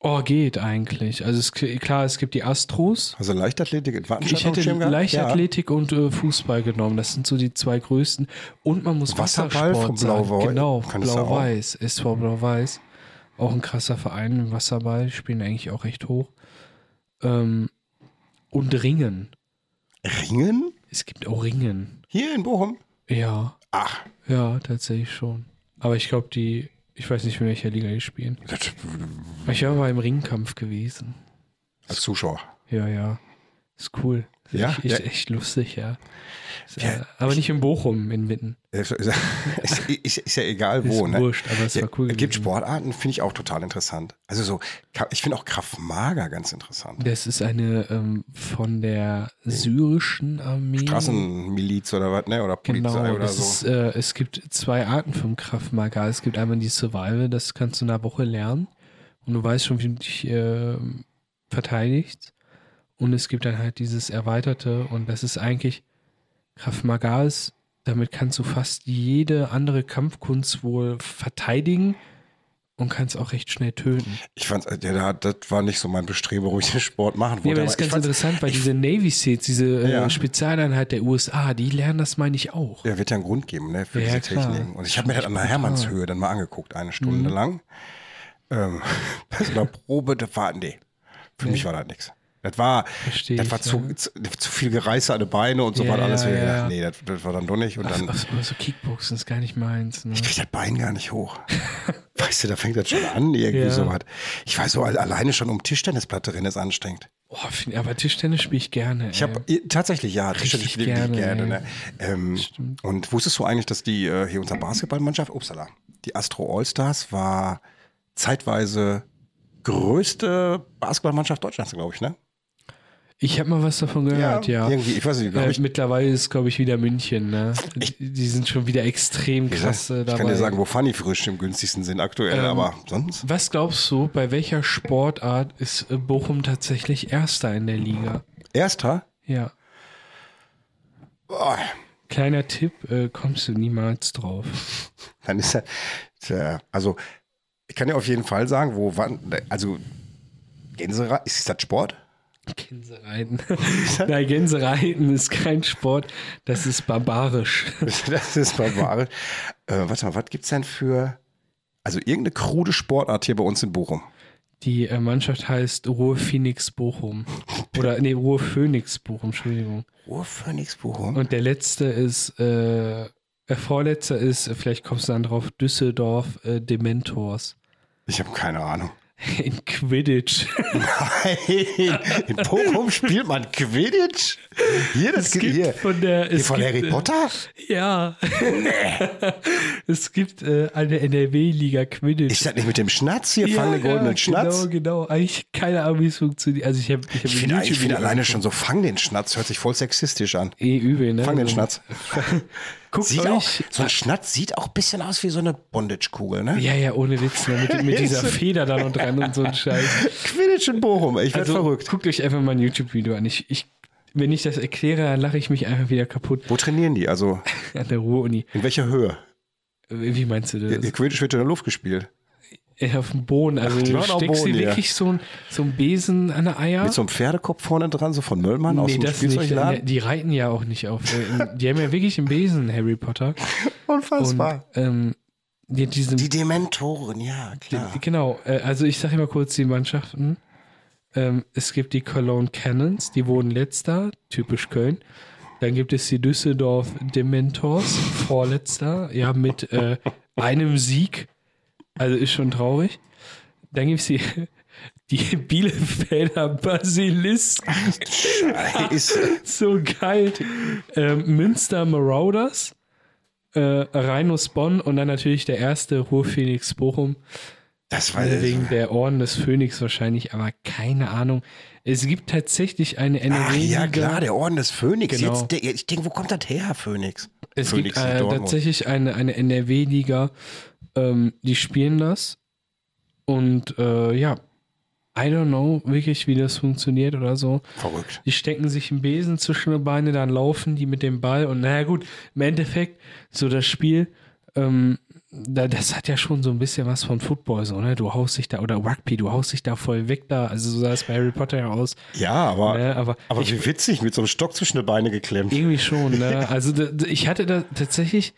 Speaker 2: Oh, geht eigentlich. Also es, klar, es gibt die Astros.
Speaker 1: Also Leichtathletik in Wattenscheid
Speaker 2: Ich
Speaker 1: auf dem
Speaker 2: hätte
Speaker 1: Schirm gehabt?
Speaker 2: Leichtathletik und äh, Fußball genommen. Das sind so die zwei größten. Und man muss
Speaker 1: Wasserball
Speaker 2: Wassersport
Speaker 1: von
Speaker 2: sagen.
Speaker 1: Blau-Weiß.
Speaker 2: Genau,
Speaker 1: Kannst du auch?
Speaker 2: Blau-Weiß. SV Blau-Weiß. Auch ein krasser Verein im Wasserball. Die Spielen eigentlich auch recht hoch. Ähm, und Ringen.
Speaker 1: Ja. Ringen?
Speaker 2: Es gibt auch Ringen.
Speaker 1: Hier in Bochum?
Speaker 2: Ja,
Speaker 1: Ach,
Speaker 2: ja, tatsächlich schon. Aber ich glaube, die, ich weiß nicht, in welcher Liga die spielen.
Speaker 1: das,
Speaker 2: Ich war mal im Ringkampf gewesen.
Speaker 1: als Zuschauer.
Speaker 2: Ja, ja. Ist cool. Ist
Speaker 1: Ja,
Speaker 2: echt, echt,
Speaker 1: ja.
Speaker 2: echt lustig, ja. Ist,
Speaker 1: Ja,
Speaker 2: äh, aber nicht in Bochum, in Mitten.
Speaker 1: Ist, ist, ist, ist ja egal
Speaker 2: Ist
Speaker 1: wo, ne?
Speaker 2: wurscht, aber es war cool
Speaker 1: Es gibt
Speaker 2: gewesen.
Speaker 1: Sportarten, finde ich auch total interessant. Also so, Ka- ich finde auch Kraft Mager ganz interessant.
Speaker 2: Das ist eine ähm, von der syrischen Armee.
Speaker 1: Straßenmiliz oder was, ne? Oder
Speaker 2: Genau,
Speaker 1: Polizei oder
Speaker 2: das
Speaker 1: so.
Speaker 2: ist, äh, es gibt zwei Arten vom Kraftmager. Es gibt einmal die Survival, das kannst du in einer Woche lernen und du weißt schon, wie du dich äh, verteidigst. Und es gibt dann halt dieses Erweiterte und das ist eigentlich Kraftmager ist, damit kannst du fast jede andere Kampfkunst wohl verteidigen und kannst auch recht schnell töten.
Speaker 1: Ich fand's, ja, da- das war nicht so mein Bestreben, wo ich den Sport machen
Speaker 2: Nee,
Speaker 1: wollte.
Speaker 2: aber das ist
Speaker 1: aber ich
Speaker 2: ganz
Speaker 1: fand's-
Speaker 2: interessant, weil diese Navy Seals, diese äh,
Speaker 1: Ja.
Speaker 2: Spezialeinheit der USA, die lernen das, meine ich, auch.
Speaker 1: Ja, wird ja einen Grund geben, ne, für
Speaker 2: Ja,
Speaker 1: diese
Speaker 2: klar. Mhm.
Speaker 1: Techniken. Und ich habe mir das an der Hermannshöhe dann mal angeguckt, eine Stunde lang. Ähm, bei so einer Probe, das war, nee, für mich war das nichts. Das war,
Speaker 2: Versteh
Speaker 1: das
Speaker 2: ich,
Speaker 1: war zu,
Speaker 2: ja.
Speaker 1: zu, zu viel Gereiße an den Beinen und so
Speaker 2: Ja,
Speaker 1: war alles.
Speaker 2: ja,
Speaker 1: Ja,
Speaker 2: ja.
Speaker 1: Nee, das, das war dann doch nicht. Und dann
Speaker 2: Ach, ach, aber so Kickboxen ist gar nicht meins. Ne?
Speaker 1: krieg ich das Bein gar nicht hoch. weißt du, da fängt das schon an, irgendwie
Speaker 2: Ja.
Speaker 1: sowas. Ich weiß so, al- alleine schon um Tischtennisplatte rennen ist anstrengend.
Speaker 2: Boah, Oh, find, aber Tischtennis spiele ich gerne.
Speaker 1: Ich habe tatsächlich ja, Tischtennis spiele ich
Speaker 2: gerne,
Speaker 1: gerne.
Speaker 2: ey.
Speaker 1: Ne? Ähm, und wusstest du eigentlich, dass die äh, hier unsere Basketballmannschaft, upsala, die Astro Allstars war zeitweise größte Basketballmannschaft Deutschlands, glaube ich, ne?
Speaker 2: ich habe mal was davon gehört, ja.
Speaker 1: Irgendwie, ich weiß nicht, glaube
Speaker 2: Äh,
Speaker 1: ich.
Speaker 2: mittlerweile ist, glaube ich, wieder München. Ne? Die, die sind schon wieder extrem
Speaker 1: Ich
Speaker 2: krass äh, dabei.
Speaker 1: kann dir sagen, wo Funny frisch im günstigsten sind aktuell,
Speaker 2: Ähm,
Speaker 1: aber sonst.
Speaker 2: Was glaubst du, bei welcher Sportart ist äh, Bochum tatsächlich Erster in der Liga?
Speaker 1: Erster?
Speaker 2: Ja.
Speaker 1: Boah,
Speaker 2: Kleiner Tipp, äh, kommst du niemals drauf.
Speaker 1: dann ist er. Tja, also, ich kann dir auf jeden Fall sagen, wo wann. Also, Gänsereich, ist das Sport?
Speaker 2: Gänsereiten. Nein, Gänsereiten ist kein Sport, das ist barbarisch.
Speaker 1: Das ist barbarisch. äh, warte mal, was gibt es denn für. Also irgendeine krude Sportart hier bei uns in Bochum.
Speaker 2: Die äh, Mannschaft heißt Ruhr Phoenix Bochum. Oder, nee, Ruhr Phoenix Bochum, Entschuldigung.
Speaker 1: Ruhrphoenix Bochum?
Speaker 2: Und der letzte ist, äh, der vorletzte ist, äh, vielleicht kommst du dann drauf, Düsseldorf äh, Dementors.
Speaker 1: Ich habe keine Ahnung.
Speaker 2: In Quidditch.
Speaker 1: Nein, in Bochum spielt man Quidditch? Hier, das
Speaker 2: Es
Speaker 1: gibt,
Speaker 2: gibt
Speaker 1: hier,
Speaker 2: von der-
Speaker 1: hier
Speaker 2: es
Speaker 1: von
Speaker 2: gibt,
Speaker 1: Harry
Speaker 2: äh,
Speaker 1: Potter?
Speaker 2: Ja. es gibt äh, eine NRW-Liga Quidditch.
Speaker 1: Ist das nicht mit dem Schnatz hier? Fang den
Speaker 2: ja,
Speaker 1: goldenen Schnatz?
Speaker 2: Genau, genau. Eigentlich keine Ahnung, wie es funktioniert. Also ich habe ich hab
Speaker 1: Ich finde ich finde alleine schon so, fang den Schnatz, hört sich voll sexistisch an.
Speaker 2: eh übel, ne?
Speaker 1: Fang den
Speaker 2: Also,
Speaker 1: Schnatz.
Speaker 2: Guckt
Speaker 1: Sieht
Speaker 2: euch.
Speaker 1: auch, so ein Schnatz sieht auch ein bisschen aus wie so eine Bondage-Kugel, ne?
Speaker 2: Ja, ja, ohne Witz, ne? mit, mit dieser Feder da noch dran und so ein Scheiß.
Speaker 1: Quidditch in Bochum, ich werde
Speaker 2: Also
Speaker 1: verrückt.
Speaker 2: guckt euch einfach mal ein YouTube-Video an. Ich, ich, wenn ich das erkläre, dann lache ich mich einfach wieder kaputt
Speaker 1: Wo trainieren die? Also
Speaker 2: an der Ruhr-Uni.
Speaker 1: in welcher Höhe?
Speaker 2: Wie wie meinst du das?
Speaker 1: Ihr Quidditch wird in der Luft gespielt.
Speaker 2: Ey, auf dem Boden. Also
Speaker 1: Ach, die
Speaker 2: du
Speaker 1: waren auf
Speaker 2: steckst
Speaker 1: Boden,
Speaker 2: dir
Speaker 1: ja.
Speaker 2: wirklich so, ein, so einen Besen an der Eier.
Speaker 1: Mit so einem Pferdekopf vorne dran, so von Möllmann aus dem
Speaker 2: das nicht.
Speaker 1: Spielzeugladen.
Speaker 2: Die reiten ja auch nicht auf. äh, die haben ja wirklich einen Besen, Harry Potter. Und
Speaker 1: Unfassbar.
Speaker 2: ähm, die, diese,
Speaker 1: die Dementoren, ja, klar.
Speaker 2: Genau, äh, also ich sage immer kurz die Mannschaften. Ähm, es gibt die Cologne Cannons, die wurden letzter, typisch Köln. Dann gibt es die Düsseldorf Dementors, vorletzter, ja, mit äh, einem Sieg. Also ist schon traurig. Dann gibt es die, die Bielefelder Basilisten,
Speaker 1: Scheiße.
Speaker 2: so geil. Ähm, Münster Marauders, äh, Rheinus Bonn und dann natürlich der erste Ruhrphoenix Bochum.
Speaker 1: Das war
Speaker 2: Wegen der Orden des Phönix wahrscheinlich, aber keine Ahnung. Es gibt tatsächlich eine
Speaker 1: Ach
Speaker 2: NRW-Liga.
Speaker 1: ja, klar, der Orden des Phönix.
Speaker 2: Genau.
Speaker 1: Jetzt, der, ich denke, wo kommt das her, Phönix?
Speaker 2: es gibt
Speaker 1: Phönix in
Speaker 2: äh,
Speaker 1: Dortmund.
Speaker 2: tatsächlich eine, eine NRW-Liga, ähm, die spielen das. Und äh, ja, I don't know wirklich, wie das funktioniert oder so.
Speaker 1: Verrückt.
Speaker 2: Die stecken sich einen Besen zwischen die Beine, dann laufen die mit dem Ball und naja gut, im Endeffekt, so das Spiel, ähm, da, das hat ja schon so ein bisschen was von Football, so, ne? Du haust dich da, oder Rugby, du haust dich da voll weg da, also so sah es bei Harry Potter ja aus.
Speaker 1: Ja, aber,
Speaker 2: Ne? Aber,
Speaker 1: Ah, aber
Speaker 2: ich,
Speaker 1: wie witzig, mit so einem Stock zwischen die Beine geklemmt.
Speaker 2: irgendwie schon, ne? Also da, da- ich hatte da tatsächlich,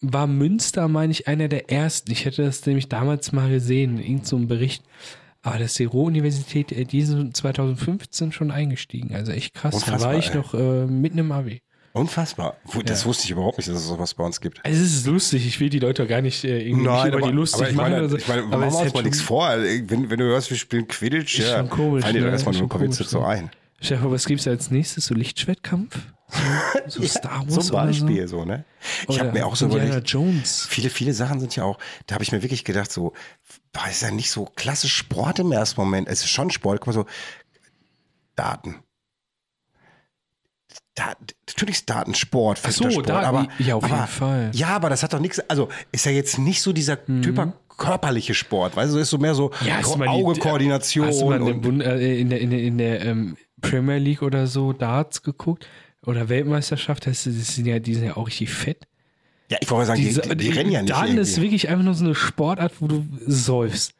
Speaker 2: war Münster, meine ich, einer der ersten. Ich hätte das nämlich damals mal gesehen, in irgendeinem so einem Bericht. Aber dass die Ruhr-Universität, äh, die sind 2015 schon eingestiegen. Also echt krass. da
Speaker 1: Unfassbar,
Speaker 2: war ich
Speaker 1: ey.
Speaker 2: noch äh, mitten im Abi.
Speaker 1: Unfassbar. Wo- Das wusste ich überhaupt nicht, dass es sowas bei uns gibt.
Speaker 2: Also Es ist lustig, ich will die Leute gar nicht äh, irgendwie über die lustig
Speaker 1: aber ich
Speaker 2: machen.
Speaker 1: meine,
Speaker 2: oder so.
Speaker 1: ich meine
Speaker 2: Aber
Speaker 1: machen
Speaker 2: es
Speaker 1: wir uns
Speaker 2: hat
Speaker 1: mal nichts
Speaker 2: schon-
Speaker 1: vor. Also, Wenn, wenn du hörst, wir spielen Quidditch,
Speaker 2: Ist
Speaker 1: ja,
Speaker 2: schon komisch,
Speaker 1: fallen dir da
Speaker 2: ne?
Speaker 1: erstmal
Speaker 2: Ist
Speaker 1: nur ein paar
Speaker 2: schon
Speaker 1: Witze
Speaker 2: komisch,
Speaker 1: so
Speaker 2: ne?
Speaker 1: ein.
Speaker 2: Stefan, was gibt's als nächstes? So Lichtschwertkampf? So, so Star Wars
Speaker 1: Zum Beispiel so, ne?
Speaker 2: Oder so?
Speaker 1: Ich habe mir auch so
Speaker 2: Indiana
Speaker 1: überlegt,
Speaker 2: Jones.
Speaker 1: viele, viele Sachen sind ja auch, da habe ich mir wirklich gedacht, so, war es ja nicht so klassisch Sport im ersten Moment. Es ist schon Sport, guck mal so, Daten. Da, natürlich ist Datensport,
Speaker 2: so,
Speaker 1: fester Sport,
Speaker 2: Daten,
Speaker 1: aber,
Speaker 2: ja, auf
Speaker 1: aber,
Speaker 2: jeden Fall. Mhm.
Speaker 1: Ja, aber das hat doch nichts, also ist ja jetzt nicht so dieser typer körperliche Sport, weißt du, ist so mehr so
Speaker 2: hast du mal die-
Speaker 1: Auge-Koordination
Speaker 2: Hast du mal in der,
Speaker 1: und
Speaker 2: Bund, äh, in der, in der, in der ähm, Premier League oder so Darts geguckt? Oder Weltmeisterschaft? Das, das sind ja, die sind ja auch richtig fett.
Speaker 1: ja, ich wollte mal sagen, die, die, die rennen ja nicht
Speaker 2: Darten ist
Speaker 1: irgendwie.
Speaker 2: wirklich einfach nur so eine Sportart, wo du säufst.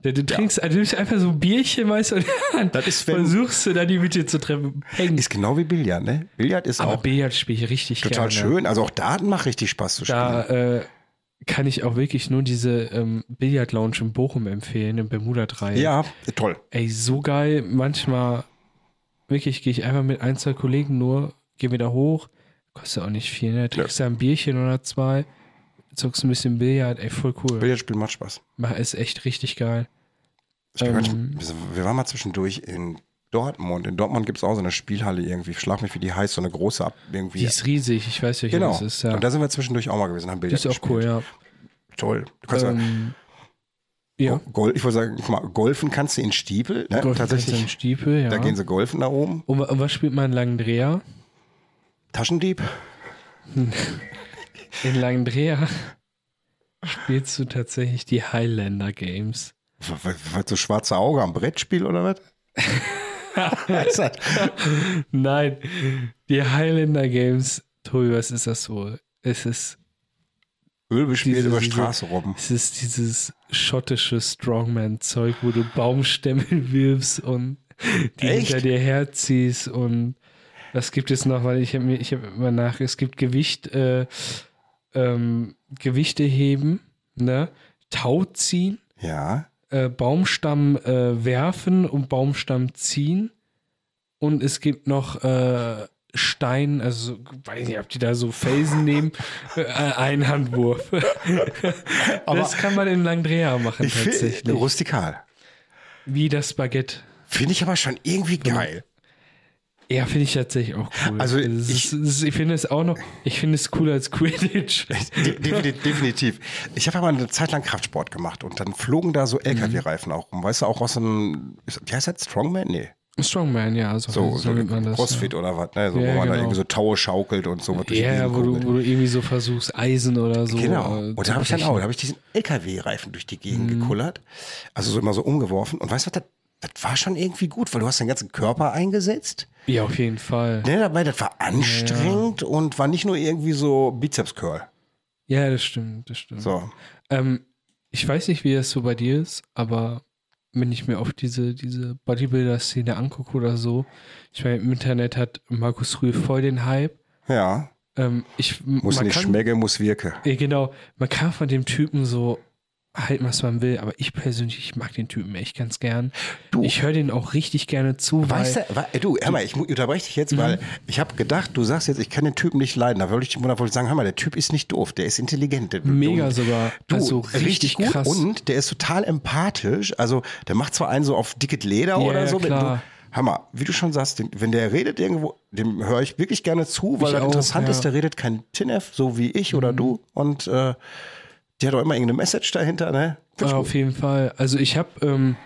Speaker 2: Du, du trinkst also du nimmst einfach so ein Bierchen, weißt du, und dann
Speaker 1: Das ist, wenn-
Speaker 2: versuchst du da die Mitte zu treffen. Peng.
Speaker 1: Ist genau wie Billard, ne? Billard ist
Speaker 2: Aber
Speaker 1: auch
Speaker 2: Billard spiele ich richtig
Speaker 1: total
Speaker 2: gerne.
Speaker 1: schön, also auch Daten macht richtig Spaß zu spielen.
Speaker 2: Da äh, kann ich auch wirklich nur diese ähm, Billard-Lounge in Bochum empfehlen, im Bermuda-Dreieck.
Speaker 1: Ja, toll.
Speaker 2: Ey, so geil. Manchmal, wirklich, gehe ich einfach mit ein, zwei Kollegen nur, gehe wieder hoch. Kostet auch nicht viel, ne? Trinkst da ein Bierchen oder zwei, zockst ein bisschen Billard, ey, voll cool.
Speaker 1: Billardspielen macht Spaß.
Speaker 2: Mach- Ist echt richtig geil.
Speaker 1: Ich bin
Speaker 2: Ähm.
Speaker 1: ganz- wir waren mal zwischendurch in Dortmund. In Dortmund gibt es auch so eine Spielhalle irgendwie. Schlag mich, wie die heißt, so eine große ab irgendwie.
Speaker 2: Die ist riesig, ich weiß nicht,
Speaker 1: genau.
Speaker 2: das ist. Ja.
Speaker 1: Und da sind wir zwischendurch auch mal gewesen, haben
Speaker 2: Die
Speaker 1: Billard
Speaker 2: ist auch cool, ja.
Speaker 1: ja. Oh, Toll. Du kannst
Speaker 2: Ähm,
Speaker 1: ja,
Speaker 2: ja,
Speaker 1: Gol ich wollte sagen, guck mal, golfen kannst du in Stiepel. Ne?
Speaker 2: Golf
Speaker 1: Tatsächlich,
Speaker 2: tatsächlich. Stiefel, ja.
Speaker 1: da gehen sie golfen da oben.
Speaker 2: und, wa- und was spielt man in Langendreher?
Speaker 1: Taschendieb.
Speaker 2: In Langendreher spielst du tatsächlich die Highlander Games.
Speaker 1: W- w- Was, so schwarze Auge am Brettspiel oder was? Ist das-
Speaker 2: Nein, die Highlander Games, Tobi, was ist das wohl? Es ist,
Speaker 1: Öl beschmiert
Speaker 2: Diese-
Speaker 1: über
Speaker 2: diese-
Speaker 1: Straße robben.
Speaker 2: es ist dieses schottische Strongman-Zeug, wo du Baumstämme wirfst und die
Speaker 1: Echt?
Speaker 2: hinter dir herziehst und was gibt es noch? Weil ich habe mir, ich habe immer nach, es gibt Gewicht, äh, ähm, Gewichte heben, ne? Tau ziehen,
Speaker 1: Ja.
Speaker 2: äh, Baumstamm äh, werfen und Baumstamm ziehen. Und es gibt noch äh, Stein, also so, weiß nicht, ob die da so Felsen nehmen, äh, Einhandwurf.
Speaker 1: Aber-
Speaker 2: das kann man in Langdreher machen
Speaker 1: Ich
Speaker 2: tatsächlich.
Speaker 1: finde, rustikal.
Speaker 2: Wie das Baguette.
Speaker 1: Finde ich aber schon irgendwie geil.
Speaker 2: Ja, finde ich tatsächlich auch cool.
Speaker 1: Also,
Speaker 2: es
Speaker 1: ich-
Speaker 2: ist, es ist, ich finde es auch noch, ich finde es cooler als Quidditch.
Speaker 1: De defini- definitiv. Ich habe aber eine Zeit lang Kraftsport gemacht und dann flogen da so LKW-Reifen auch rum. Weißt du, auch aus einem, wie heißt das, Strongman? Nee.
Speaker 2: Strongman, ja, so,
Speaker 1: So, so
Speaker 2: nennt man das.
Speaker 1: Crossfit oder was, ne? So,
Speaker 2: Ja,
Speaker 1: wo man da
Speaker 2: genau.
Speaker 1: irgendwie so Taue schaukelt und so. was durch die
Speaker 2: Ja, ja
Speaker 1: Gegend
Speaker 2: wo, du,
Speaker 1: kurbelt.
Speaker 2: wo du irgendwie so versuchst, Eisen oder so.
Speaker 1: Genau.
Speaker 2: äh, Mhm.
Speaker 1: Und
Speaker 2: zu
Speaker 1: da habe ich dann
Speaker 2: brechen.
Speaker 1: auch, da habe ich diesen LKW-Reifen durch die Gegend gekullert. Also so immer so umgeworfen. Und weißt du, was, das, das war schon irgendwie gut, weil du hast deinen ganzen Körper eingesetzt.
Speaker 2: Ja, auf jeden Fall.
Speaker 1: Ne, dabei, das war anstrengend und war nicht nur irgendwie so Bizeps-Curl.
Speaker 2: Ja, das stimmt, das stimmt.
Speaker 1: So.
Speaker 2: Ähm, ich weiß nicht, wie das so bei dir ist, aber wenn ich mir oft diese, diese Bodybuilder-Szene angucke oder so, ich meine, im Internet hat Markus Rühl voll den Hype.
Speaker 1: Ja.
Speaker 2: Ähm, ich,
Speaker 1: Muss
Speaker 2: man
Speaker 1: nicht
Speaker 2: kann,
Speaker 1: schmecke, muss wirke.
Speaker 2: Ja, genau. Man kann von dem Typen so halten, was man will, aber ich persönlich ich mag den Typen echt ganz gern.
Speaker 1: Du.
Speaker 2: Ich höre den auch richtig gerne zu,
Speaker 1: Weißt
Speaker 2: weil
Speaker 1: du, wa- du, hör mal, ich mu- unterbreche dich
Speaker 2: Mhm.
Speaker 1: jetzt, weil ich habe gedacht, du sagst jetzt, ich kann den Typen nicht leiden. Da wollte ich, da wollte ich sagen, hör mal, der Typ ist nicht doof, der ist intelligent. Der,
Speaker 2: Mega
Speaker 1: und-
Speaker 2: sogar.
Speaker 1: Du,
Speaker 2: Also
Speaker 1: richtig,
Speaker 2: richtig
Speaker 1: gut
Speaker 2: krass.
Speaker 1: und der ist total empathisch. Also der macht zwar einen so auf dicket Leder oder
Speaker 2: ja,
Speaker 1: so. wenn
Speaker 2: klar.
Speaker 1: Du, Hammer, wie du schon sagst, den, wenn der redet irgendwo, dem höre ich wirklich gerne zu, weil
Speaker 2: Ich
Speaker 1: er
Speaker 2: auch,
Speaker 1: interessant
Speaker 2: ja. Mhm.
Speaker 1: ist. Der redet kein Tinef, so wie ich oder du. Und äh, der hat auch immer irgendeine Message dahinter. Ne?
Speaker 2: Ja, auf jeden Fall. Also ich habe, ähm,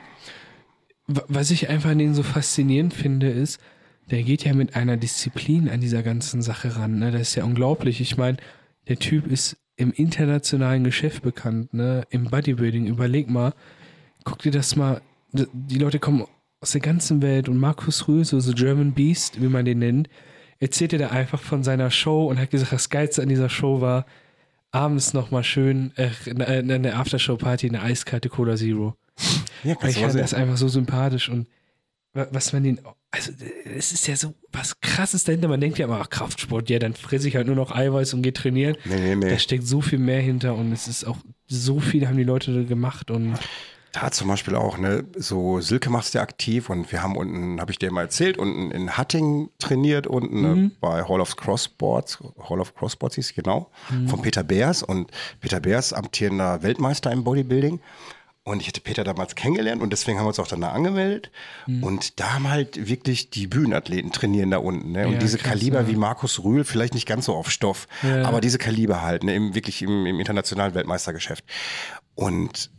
Speaker 2: wa- was ich einfach an denen so faszinierend finde, ist, der geht ja mit einer Disziplin an dieser ganzen Sache ran. Ne? Das ist ja unglaublich. Ich meine, der Typ ist im internationalen Geschäft bekannt, ne? im Bodybuilding. Überleg mal, guck dir das mal. D- Die Leute kommen aus der ganzen Welt und Markus Rühl, so The German Beast, wie man den nennt, erzählte da einfach von seiner Show und hat gesagt, das Geilste an dieser Show war, abends nochmal schön äh, eine, eine Aftershow-Party, eine eiskalte Cola Zero.
Speaker 1: Ja,
Speaker 2: Ich
Speaker 1: kannst du mal
Speaker 2: fand
Speaker 1: sehen.
Speaker 2: das einfach so sympathisch und wa- was man den, also es ist ja so was krasses dahinter. Man denkt ja immer, ach, Kraftsport, ja, dann fresse ich halt nur noch Eiweiß und gehe trainieren.
Speaker 1: Nee, nee, nee.
Speaker 2: Da steckt so viel mehr hinter und es ist auch so viel haben die Leute gemacht und also
Speaker 1: Da zum Beispiel auch, ne, so Silke macht's ja aktiv und wir haben unten, habe ich dir mal erzählt, unten in Hatting trainiert, unten ne,
Speaker 2: Mhm.
Speaker 1: bei Hall of Crossboards, Hall of Crossboards hieß genau,
Speaker 2: Mhm.
Speaker 1: von Peter Beers und Peter Beers amtierender Weltmeister im Bodybuilding. Und ich hätte Peter damals kennengelernt und deswegen haben wir uns auch danach angemeldet.
Speaker 2: Mhm.
Speaker 1: Und da haben halt wirklich die Bühnenathleten trainieren da unten. Ne? Und
Speaker 2: Ja,
Speaker 1: diese
Speaker 2: krass,
Speaker 1: Kaliber
Speaker 2: ja.
Speaker 1: wie Markus Rühl, vielleicht nicht ganz so auf Stoff,
Speaker 2: Ja.
Speaker 1: aber diese Kaliber halt, ne? Im, wirklich im, im internationalen Weltmeistergeschäft. Und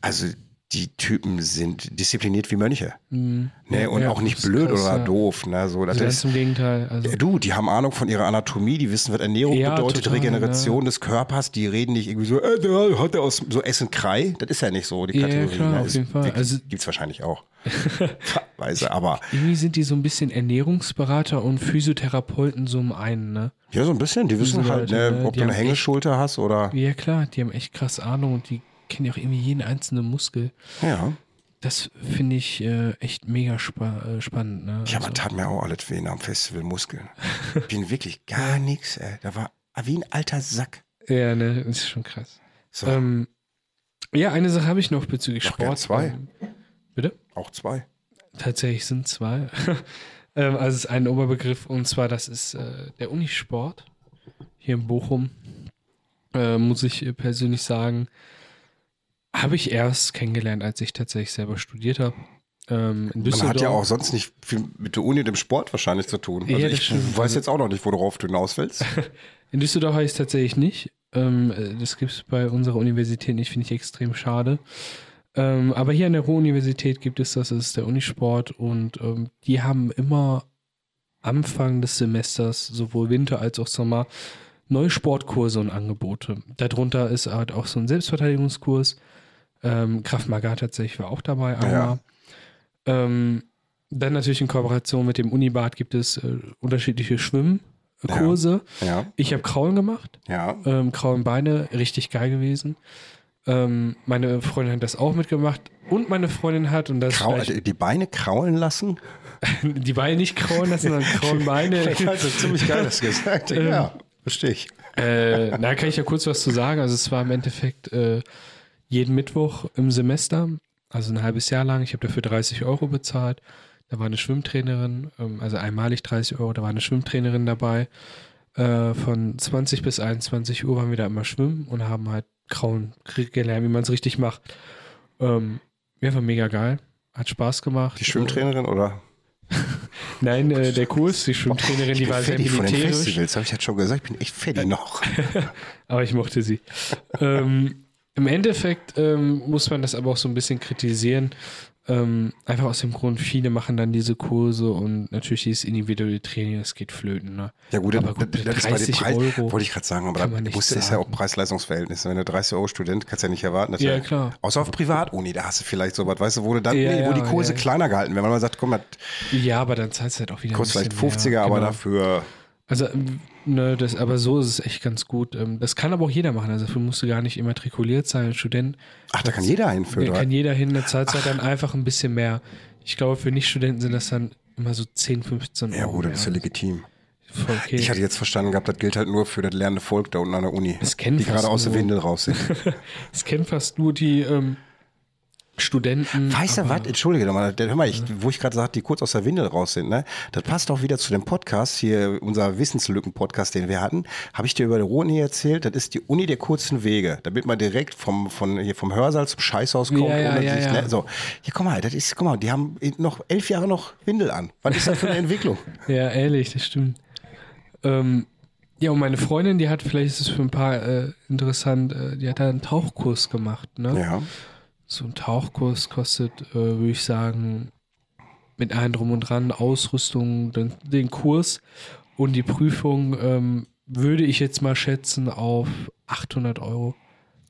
Speaker 1: also die Typen sind diszipliniert wie Mönche. Ne? Und
Speaker 2: Mhm. Ja,
Speaker 1: auch nicht
Speaker 2: das ist
Speaker 1: blöd
Speaker 2: krass,
Speaker 1: oder
Speaker 2: ja.
Speaker 1: doof. Ne? So, das Äh,
Speaker 2: also ganz
Speaker 1: ist,
Speaker 2: im Gegenteil. Also,
Speaker 1: du, die haben Ahnung von ihrer Anatomie, die wissen, was Ernährung
Speaker 2: Ja,
Speaker 1: bedeutet,
Speaker 2: total,
Speaker 1: Regeneration des Körpers, die reden nicht irgendwie so, äh, da hat er aus so Essen Krei. Das ist ja nicht so, die
Speaker 2: Ja,
Speaker 1: Kategorie.
Speaker 2: klar,
Speaker 1: ne?
Speaker 2: auf
Speaker 1: Ist
Speaker 2: jeden Fall.
Speaker 1: wirklich-
Speaker 2: Also-
Speaker 1: gibt's wahrscheinlich auch. Weise, aber
Speaker 2: irgendwie sind die so ein bisschen Ernährungsberater und Physiotherapeuten so im einen, ne?
Speaker 1: ja, so ein bisschen. Die wissen
Speaker 2: Diese
Speaker 1: halt,
Speaker 2: Leute,
Speaker 1: ne,
Speaker 2: ne,
Speaker 1: ob
Speaker 2: die
Speaker 1: du eine
Speaker 2: haben
Speaker 1: Hängeschulter hast oder.
Speaker 2: Ja klar, die haben echt krass Ahnung und die kennen ja auch irgendwie jeden einzelnen Muskel.
Speaker 1: Ja.
Speaker 2: Das finde ich äh, echt mega spa äh, spannend. Ne?
Speaker 1: Ja, aber tat mir auch alles weh am Festival Muskeln. Bin wirklich gar nichts, ey. Da war wie ein alter Sack.
Speaker 2: ja ne, das ist schon krass.
Speaker 1: So,
Speaker 2: Ähm, ja, eine Sache habe ich noch bezüglich
Speaker 1: Doch, gern
Speaker 2: Sport.
Speaker 1: zwei.
Speaker 2: Ähm, Bitte?
Speaker 1: auch zwei.
Speaker 2: Tatsächlich sind zwei. ähm, also es ist ein Oberbegriff und zwar das ist äh, der Unisport hier in Bochum. Äh, muss ich äh, persönlich sagen, habe ich erst kennengelernt, als ich tatsächlich selber studiert habe. Ähm, in
Speaker 1: Man
Speaker 2: Düsseldorf.
Speaker 1: hat ja auch sonst nicht viel mit der Uni und dem Sport wahrscheinlich zu tun. Also
Speaker 2: Ja, das
Speaker 1: ich
Speaker 2: stimmt.
Speaker 1: weiß jetzt auch noch nicht, worauf du hinaus willst.
Speaker 2: In Düsseldorf heißt es tatsächlich nicht. Ähm, äh, das gibt es bei unserer Universität nicht, finde ich extrem schade. Ähm, aber hier an der Ruhr-Universität gibt es das, das ist der Unisport und ähm, die haben immer Anfang des Semesters, sowohl Winter als auch Sommer, neue Sportkurse und Angebote. Darunter ist halt auch so ein Selbstverteidigungskurs. Ähm, Kraft Maga tatsächlich war auch dabei einmal. Ähm, dann natürlich in Kooperation mit dem Unibad gibt es äh, unterschiedliche Schwimmkurse.
Speaker 1: Ja,
Speaker 2: Ich habe Kraulen gemacht.
Speaker 1: ja.
Speaker 2: Ähm, Kraulen Beine, richtig geil gewesen. Ähm, meine Freundin hat das auch mitgemacht. Und meine Freundin hat, und das
Speaker 1: Krau,
Speaker 2: vielleicht-
Speaker 1: die Beine kraulen lassen?
Speaker 2: die Beine nicht kraulen lassen, sondern kraulen Beine.
Speaker 1: Das ist ziemlich geil, das gesagt.
Speaker 2: Ähm.
Speaker 1: ja, verstehe ich.
Speaker 2: äh, na, kann ich ja kurz was zu sagen. Also es war im Endeffekt äh, jeden Mittwoch im Semester, also ein halbes Jahr lang. Ich habe dafür 30 Euro bezahlt. Da war eine Schwimmtrainerin, ähm, also einmalig 30 Euro, da war eine Schwimmtrainerin dabei. Äh, von 20 bis 21 Uhr waren wir da immer schwimmen und haben halt Kraulen gelernt, wie man es richtig macht. Ähm, ja, war mega geil. Hat Spaß gemacht.
Speaker 1: Die Schwimmtrainerin oder?
Speaker 2: Nein, äh, der Kurs, die Schwimmtrainerin, die
Speaker 1: ich bin
Speaker 2: war sehr
Speaker 1: fertig von den
Speaker 2: militärisch. Äh,
Speaker 1: Festivals, habe ich jetzt schon gesagt. Ich bin echt fertig noch.
Speaker 2: Aber ich mochte sie. ähm, Im Endeffekt ähm, muss man das aber auch so ein bisschen kritisieren. Ähm, einfach aus dem Grund, viele machen dann diese Kurse und natürlich dieses individuelle Training, das geht flöten. Ne?
Speaker 1: Ja gut,
Speaker 2: aber gut
Speaker 1: das ist bei den
Speaker 2: 30
Speaker 1: Preis,
Speaker 2: Euro.
Speaker 1: wollte ich gerade sagen, aber da
Speaker 2: kann man nicht
Speaker 1: musst, ist ja
Speaker 2: sagen.
Speaker 1: auch Preis-Leistungs-Verhältnis. Wenn du 30 Euro Student, kannst du ja nicht erwarten. Dass
Speaker 2: Ja,
Speaker 1: du-
Speaker 2: klar.
Speaker 1: Außer auf Privatuni, da hast du vielleicht sowas, weißt du, wo, du dann,
Speaker 2: Ja,
Speaker 1: nee, wo
Speaker 2: ja,
Speaker 1: die Kurse
Speaker 2: ja.
Speaker 1: kleiner gehalten werden. Wenn man sagt, komm, das
Speaker 2: ja, aber dann zahlst du halt auch wieder
Speaker 1: kostet
Speaker 2: ein
Speaker 1: vielleicht
Speaker 2: bisschen
Speaker 1: 50er,
Speaker 2: mehr.
Speaker 1: aber
Speaker 2: Genau.
Speaker 1: dafür
Speaker 2: Also, ähm, ne, das, aber so ist es echt ganz gut. Ähm, Das kann aber auch jeder machen. Also, dafür musst du gar nicht immatrikuliert sein, als Student.
Speaker 1: Ach, da kann jeder hin für
Speaker 2: Da
Speaker 1: drei.
Speaker 2: kann jeder hin, da zahlst du halt dann einfach ein bisschen mehr. Ich glaube, für Nicht-Studenten sind das dann immer so 10, 15 Euro.
Speaker 1: Ja gut, das ist ja
Speaker 2: mehr.
Speaker 1: legitim.
Speaker 2: Voll okay.
Speaker 1: Ich hatte jetzt verstanden gehabt, das gilt halt nur für das lernende Volk da unten an der Uni.
Speaker 2: Das kennen
Speaker 1: die
Speaker 2: fast
Speaker 1: gerade aus der
Speaker 2: nur.
Speaker 1: Windel raus sind.
Speaker 2: Das kennen fast nur die ähm, Studenten.
Speaker 1: Weißt du
Speaker 2: aber-
Speaker 1: was? Entschuldige doch mal, hör mal, ich, wo ich gerade sagte, die kurz aus der Windel raus sind, ne? Das passt auch wieder zu dem Podcast hier, unser Wissenslücken-Podcast, den wir hatten. Habe ich dir über die Ruhr-Uni erzählt? Das ist die Uni der kurzen Wege, damit man direkt vom, von, hier vom Hörsaal zum Scheißhaus kommt.
Speaker 2: Ja, ja,
Speaker 1: ohne
Speaker 2: ja,
Speaker 1: sich,
Speaker 2: ja.
Speaker 1: Ne? So. ja, guck mal, das ist, guck mal, die haben noch elf Jahre noch Windel an. Was ist das für eine Entwicklung?
Speaker 2: Ja, ehrlich, das stimmt. Ähm, ja, und meine Freundin, die hat, vielleicht ist es für ein paar äh, interessant, äh, die hat da einen Tauchkurs gemacht. Ne?
Speaker 1: Ja.
Speaker 2: So ein Tauchkurs kostet, äh, würde ich sagen, mit allem drum und dran, Ausrüstung, den, den Kurs und die Prüfung, ähm, würde ich jetzt mal schätzen, auf 800 Euro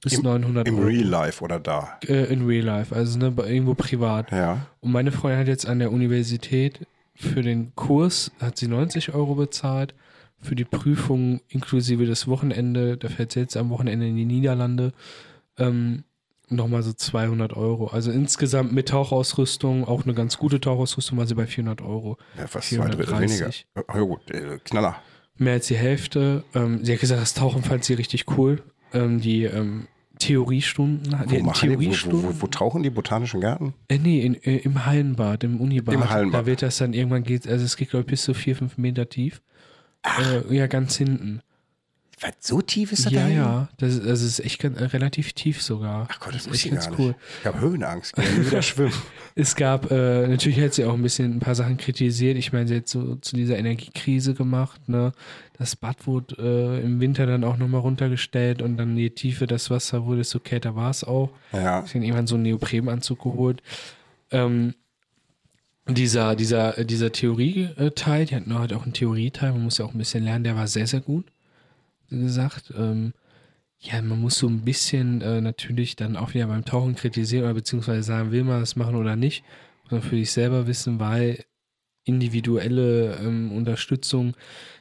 Speaker 2: bis 900
Speaker 1: Im
Speaker 2: Euro.
Speaker 1: Real Life oder da.
Speaker 2: äh, in Real Life, also ne, bei- irgendwo privat.
Speaker 1: Ja.
Speaker 2: Und meine Freundin hat jetzt an der Universität für den Kurs hat sie 90 Euro bezahlt, für die Prüfung inklusive das Wochenende, da fährt sie jetzt am Wochenende in die Niederlande, ähm, nochmal so 200 Euro. Also insgesamt mit Tauchausrüstung, auch eine ganz gute Tauchausrüstung, war sie bei 400 Euro.
Speaker 1: ja fast zwei Drittel weniger.
Speaker 2: 430.
Speaker 1: Ja gut, äh, Knaller.
Speaker 2: Mehr als die Hälfte. Ähm, sie hat gesagt, das Tauchen fand sie richtig cool. Ähm, die ähm, Theoriestunden,
Speaker 1: Wo,
Speaker 2: die
Speaker 1: machen die, wo,
Speaker 2: Theoriestunden.
Speaker 1: wo, wo, wo tauchen die Botanischen Gärten?
Speaker 2: Äh, nee, in, äh, im Hallenbad, im Unibad.
Speaker 1: Im Hallenbad.
Speaker 2: Da wird das dann irgendwann geht, also es geht, glaube ich, bis zu vier, fünf Meter tief. Äh, ja, ganz hinten.
Speaker 1: Was, so tief ist das
Speaker 2: Ja,
Speaker 1: da?
Speaker 2: ja. Das ist, also es ist echt ganz, äh, relativ tief sogar.
Speaker 1: Ach Gott, das,
Speaker 2: ist
Speaker 1: wusste
Speaker 2: echt
Speaker 1: ich
Speaker 2: ganz
Speaker 1: gar nicht.
Speaker 2: cool.
Speaker 1: Ich habe Höhenangst. Ich will wieder schwimmen.
Speaker 2: Es gab, äh, natürlich hat sie auch ein bisschen ein paar Sachen kritisiert. Ich meine, sie hat so zu dieser Energiekrise gemacht, ne? Das Bad wurde äh, im Winter dann auch nochmal runtergestellt und dann je tiefer das Wasser wurde, desto kälter war es auch.
Speaker 1: Ja.
Speaker 2: Ich habe irgendwann so einen Neoprenanzug geholt. Ähm, dieser, dieser, äh, dieser Theorie-Teil, die hatten auch- halt auch einen Theorieteil, man muss ja auch ein bisschen lernen, der war sehr, sehr gut, wie gesagt. Ähm, ja, man muss so ein bisschen äh, natürlich dann auch wieder beim Tauchen kritisieren oder beziehungsweise sagen, will man das machen oder nicht, muss man für sich selber wissen, weil individuelle ähm, Unterstützung,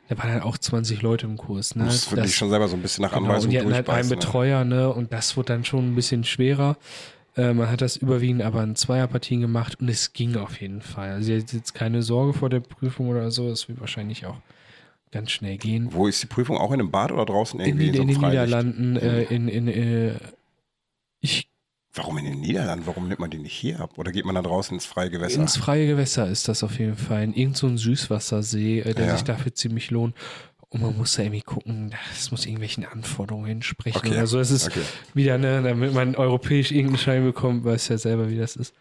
Speaker 2: da waren halt auch 20 Leute im Kurs. Ne?
Speaker 1: Muss wirklich
Speaker 2: Das-
Speaker 1: schon selber so ein bisschen nach
Speaker 2: Genau, und
Speaker 1: Anweisung
Speaker 2: die hatten halt einen
Speaker 1: durchbeißen.
Speaker 2: Betreuer, ne? Und das wurde dann schon ein bisschen schwerer. Äh, man hat das überwiegend aber in Zweierpartien gemacht und es ging auf jeden Fall. Also jetzt, jetzt keine Sorge vor der Prüfung oder so, das wird wahrscheinlich auch ganz schnell gehen.
Speaker 1: Wo ist die Prüfung? Auch in einem Bad oder draußen
Speaker 2: In,
Speaker 1: irgendwie?
Speaker 2: die,
Speaker 1: so
Speaker 2: in den
Speaker 1: Freilicht?
Speaker 2: Niederlanden, äh, in, in äh, ich,
Speaker 1: Warum in den Niederlanden? Warum nimmt man die nicht hier ab? Oder geht man da draußen ins freie Gewässer?
Speaker 2: ins freie Gewässer ist das auf jeden Fall. In irgendeinem so ein Süßwassersee, äh, der
Speaker 1: Ja.
Speaker 2: sich dafür ziemlich lohnt. Und man muss da irgendwie gucken, das muss irgendwelchen Anforderungen entsprechen
Speaker 1: Okay.
Speaker 2: oder so. Das ist
Speaker 1: okay.
Speaker 2: wieder, ne, damit man europäisch irgendeinen Schein bekommt, weiß ja selber, wie das ist.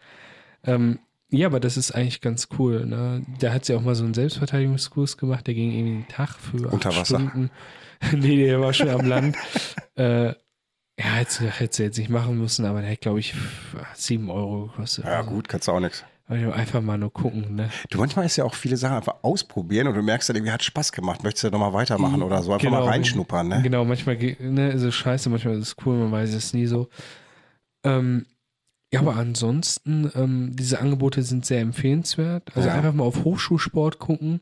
Speaker 2: Ähm, ja, aber das ist eigentlich ganz cool. Ne? Da hat sie auch mal so einen Selbstverteidigungskurs gemacht, der ging irgendwie einen Tag für acht
Speaker 1: Unter Wasser.
Speaker 2: Stunden. nee, der war schon am Land. äh, ja, hätte, hätte sie jetzt nicht machen müssen, aber der hat, glaube ich, sieben Euro gekostet.
Speaker 1: Ja, gut, kannst du auch nichts.
Speaker 2: Also einfach mal nur gucken, ne?
Speaker 1: Du, manchmal ist ja auch viele Sachen einfach ausprobieren und du merkst dann irgendwie, hat Spaß gemacht, möchtest du da nochmal weitermachen oder so. Einfach mal reinschnuppern, ne?
Speaker 2: Mhm. Genau, manchmal ge- ne, ist es scheiße, manchmal ist es cool, man weiß es nie so. Ähm, ja, aber ansonsten, ähm, diese Angebote sind sehr empfehlenswert. Also
Speaker 1: Ja.
Speaker 2: einfach mal auf Hochschulsport gucken.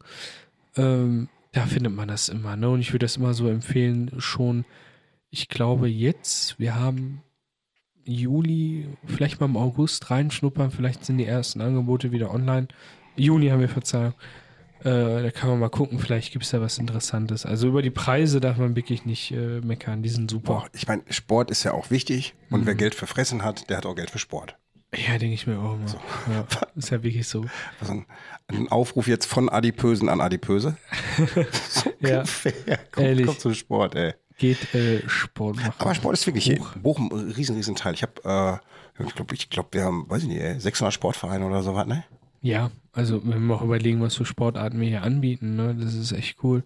Speaker 2: Ähm, da findet man das immer, ne? Und ich würde das immer so empfehlen, schon, ich glaube, jetzt, wir haben Juli, vielleicht mal im August reinschnuppern, vielleicht sind die ersten Angebote wieder online. Juni haben wir Verzeihung. Äh, da kann man mal gucken, vielleicht gibt es da was Interessantes. Also über die Preise darf man wirklich nicht äh, meckern, die sind super.
Speaker 1: Boah, ich meine, Sport ist ja auch wichtig und
Speaker 2: Mhm.
Speaker 1: wer Geld für Fressen hat, der hat auch Geld für Sport.
Speaker 2: Ja, denke ich mir auch immer. Ja, ist ja wirklich so.
Speaker 1: Also ein, ein Aufruf jetzt von Adipösen an Adipöse.
Speaker 2: Ja.
Speaker 1: Fair. Komm,
Speaker 2: Ehrlich.
Speaker 1: komm zum Sport, ey.
Speaker 2: geht äh, Sport machen.
Speaker 1: Aber Sport ist wirklich Bochum, ein riesen, riesen Teil. Ich habe, äh, ich glaube, ich glaub, wir haben, weiß ich nicht, ey, 600 Sportvereine oder so was, ne?
Speaker 2: Ja, also wenn wir auch überlegen, was für Sportarten wir hier anbieten, ne? das ist echt cool.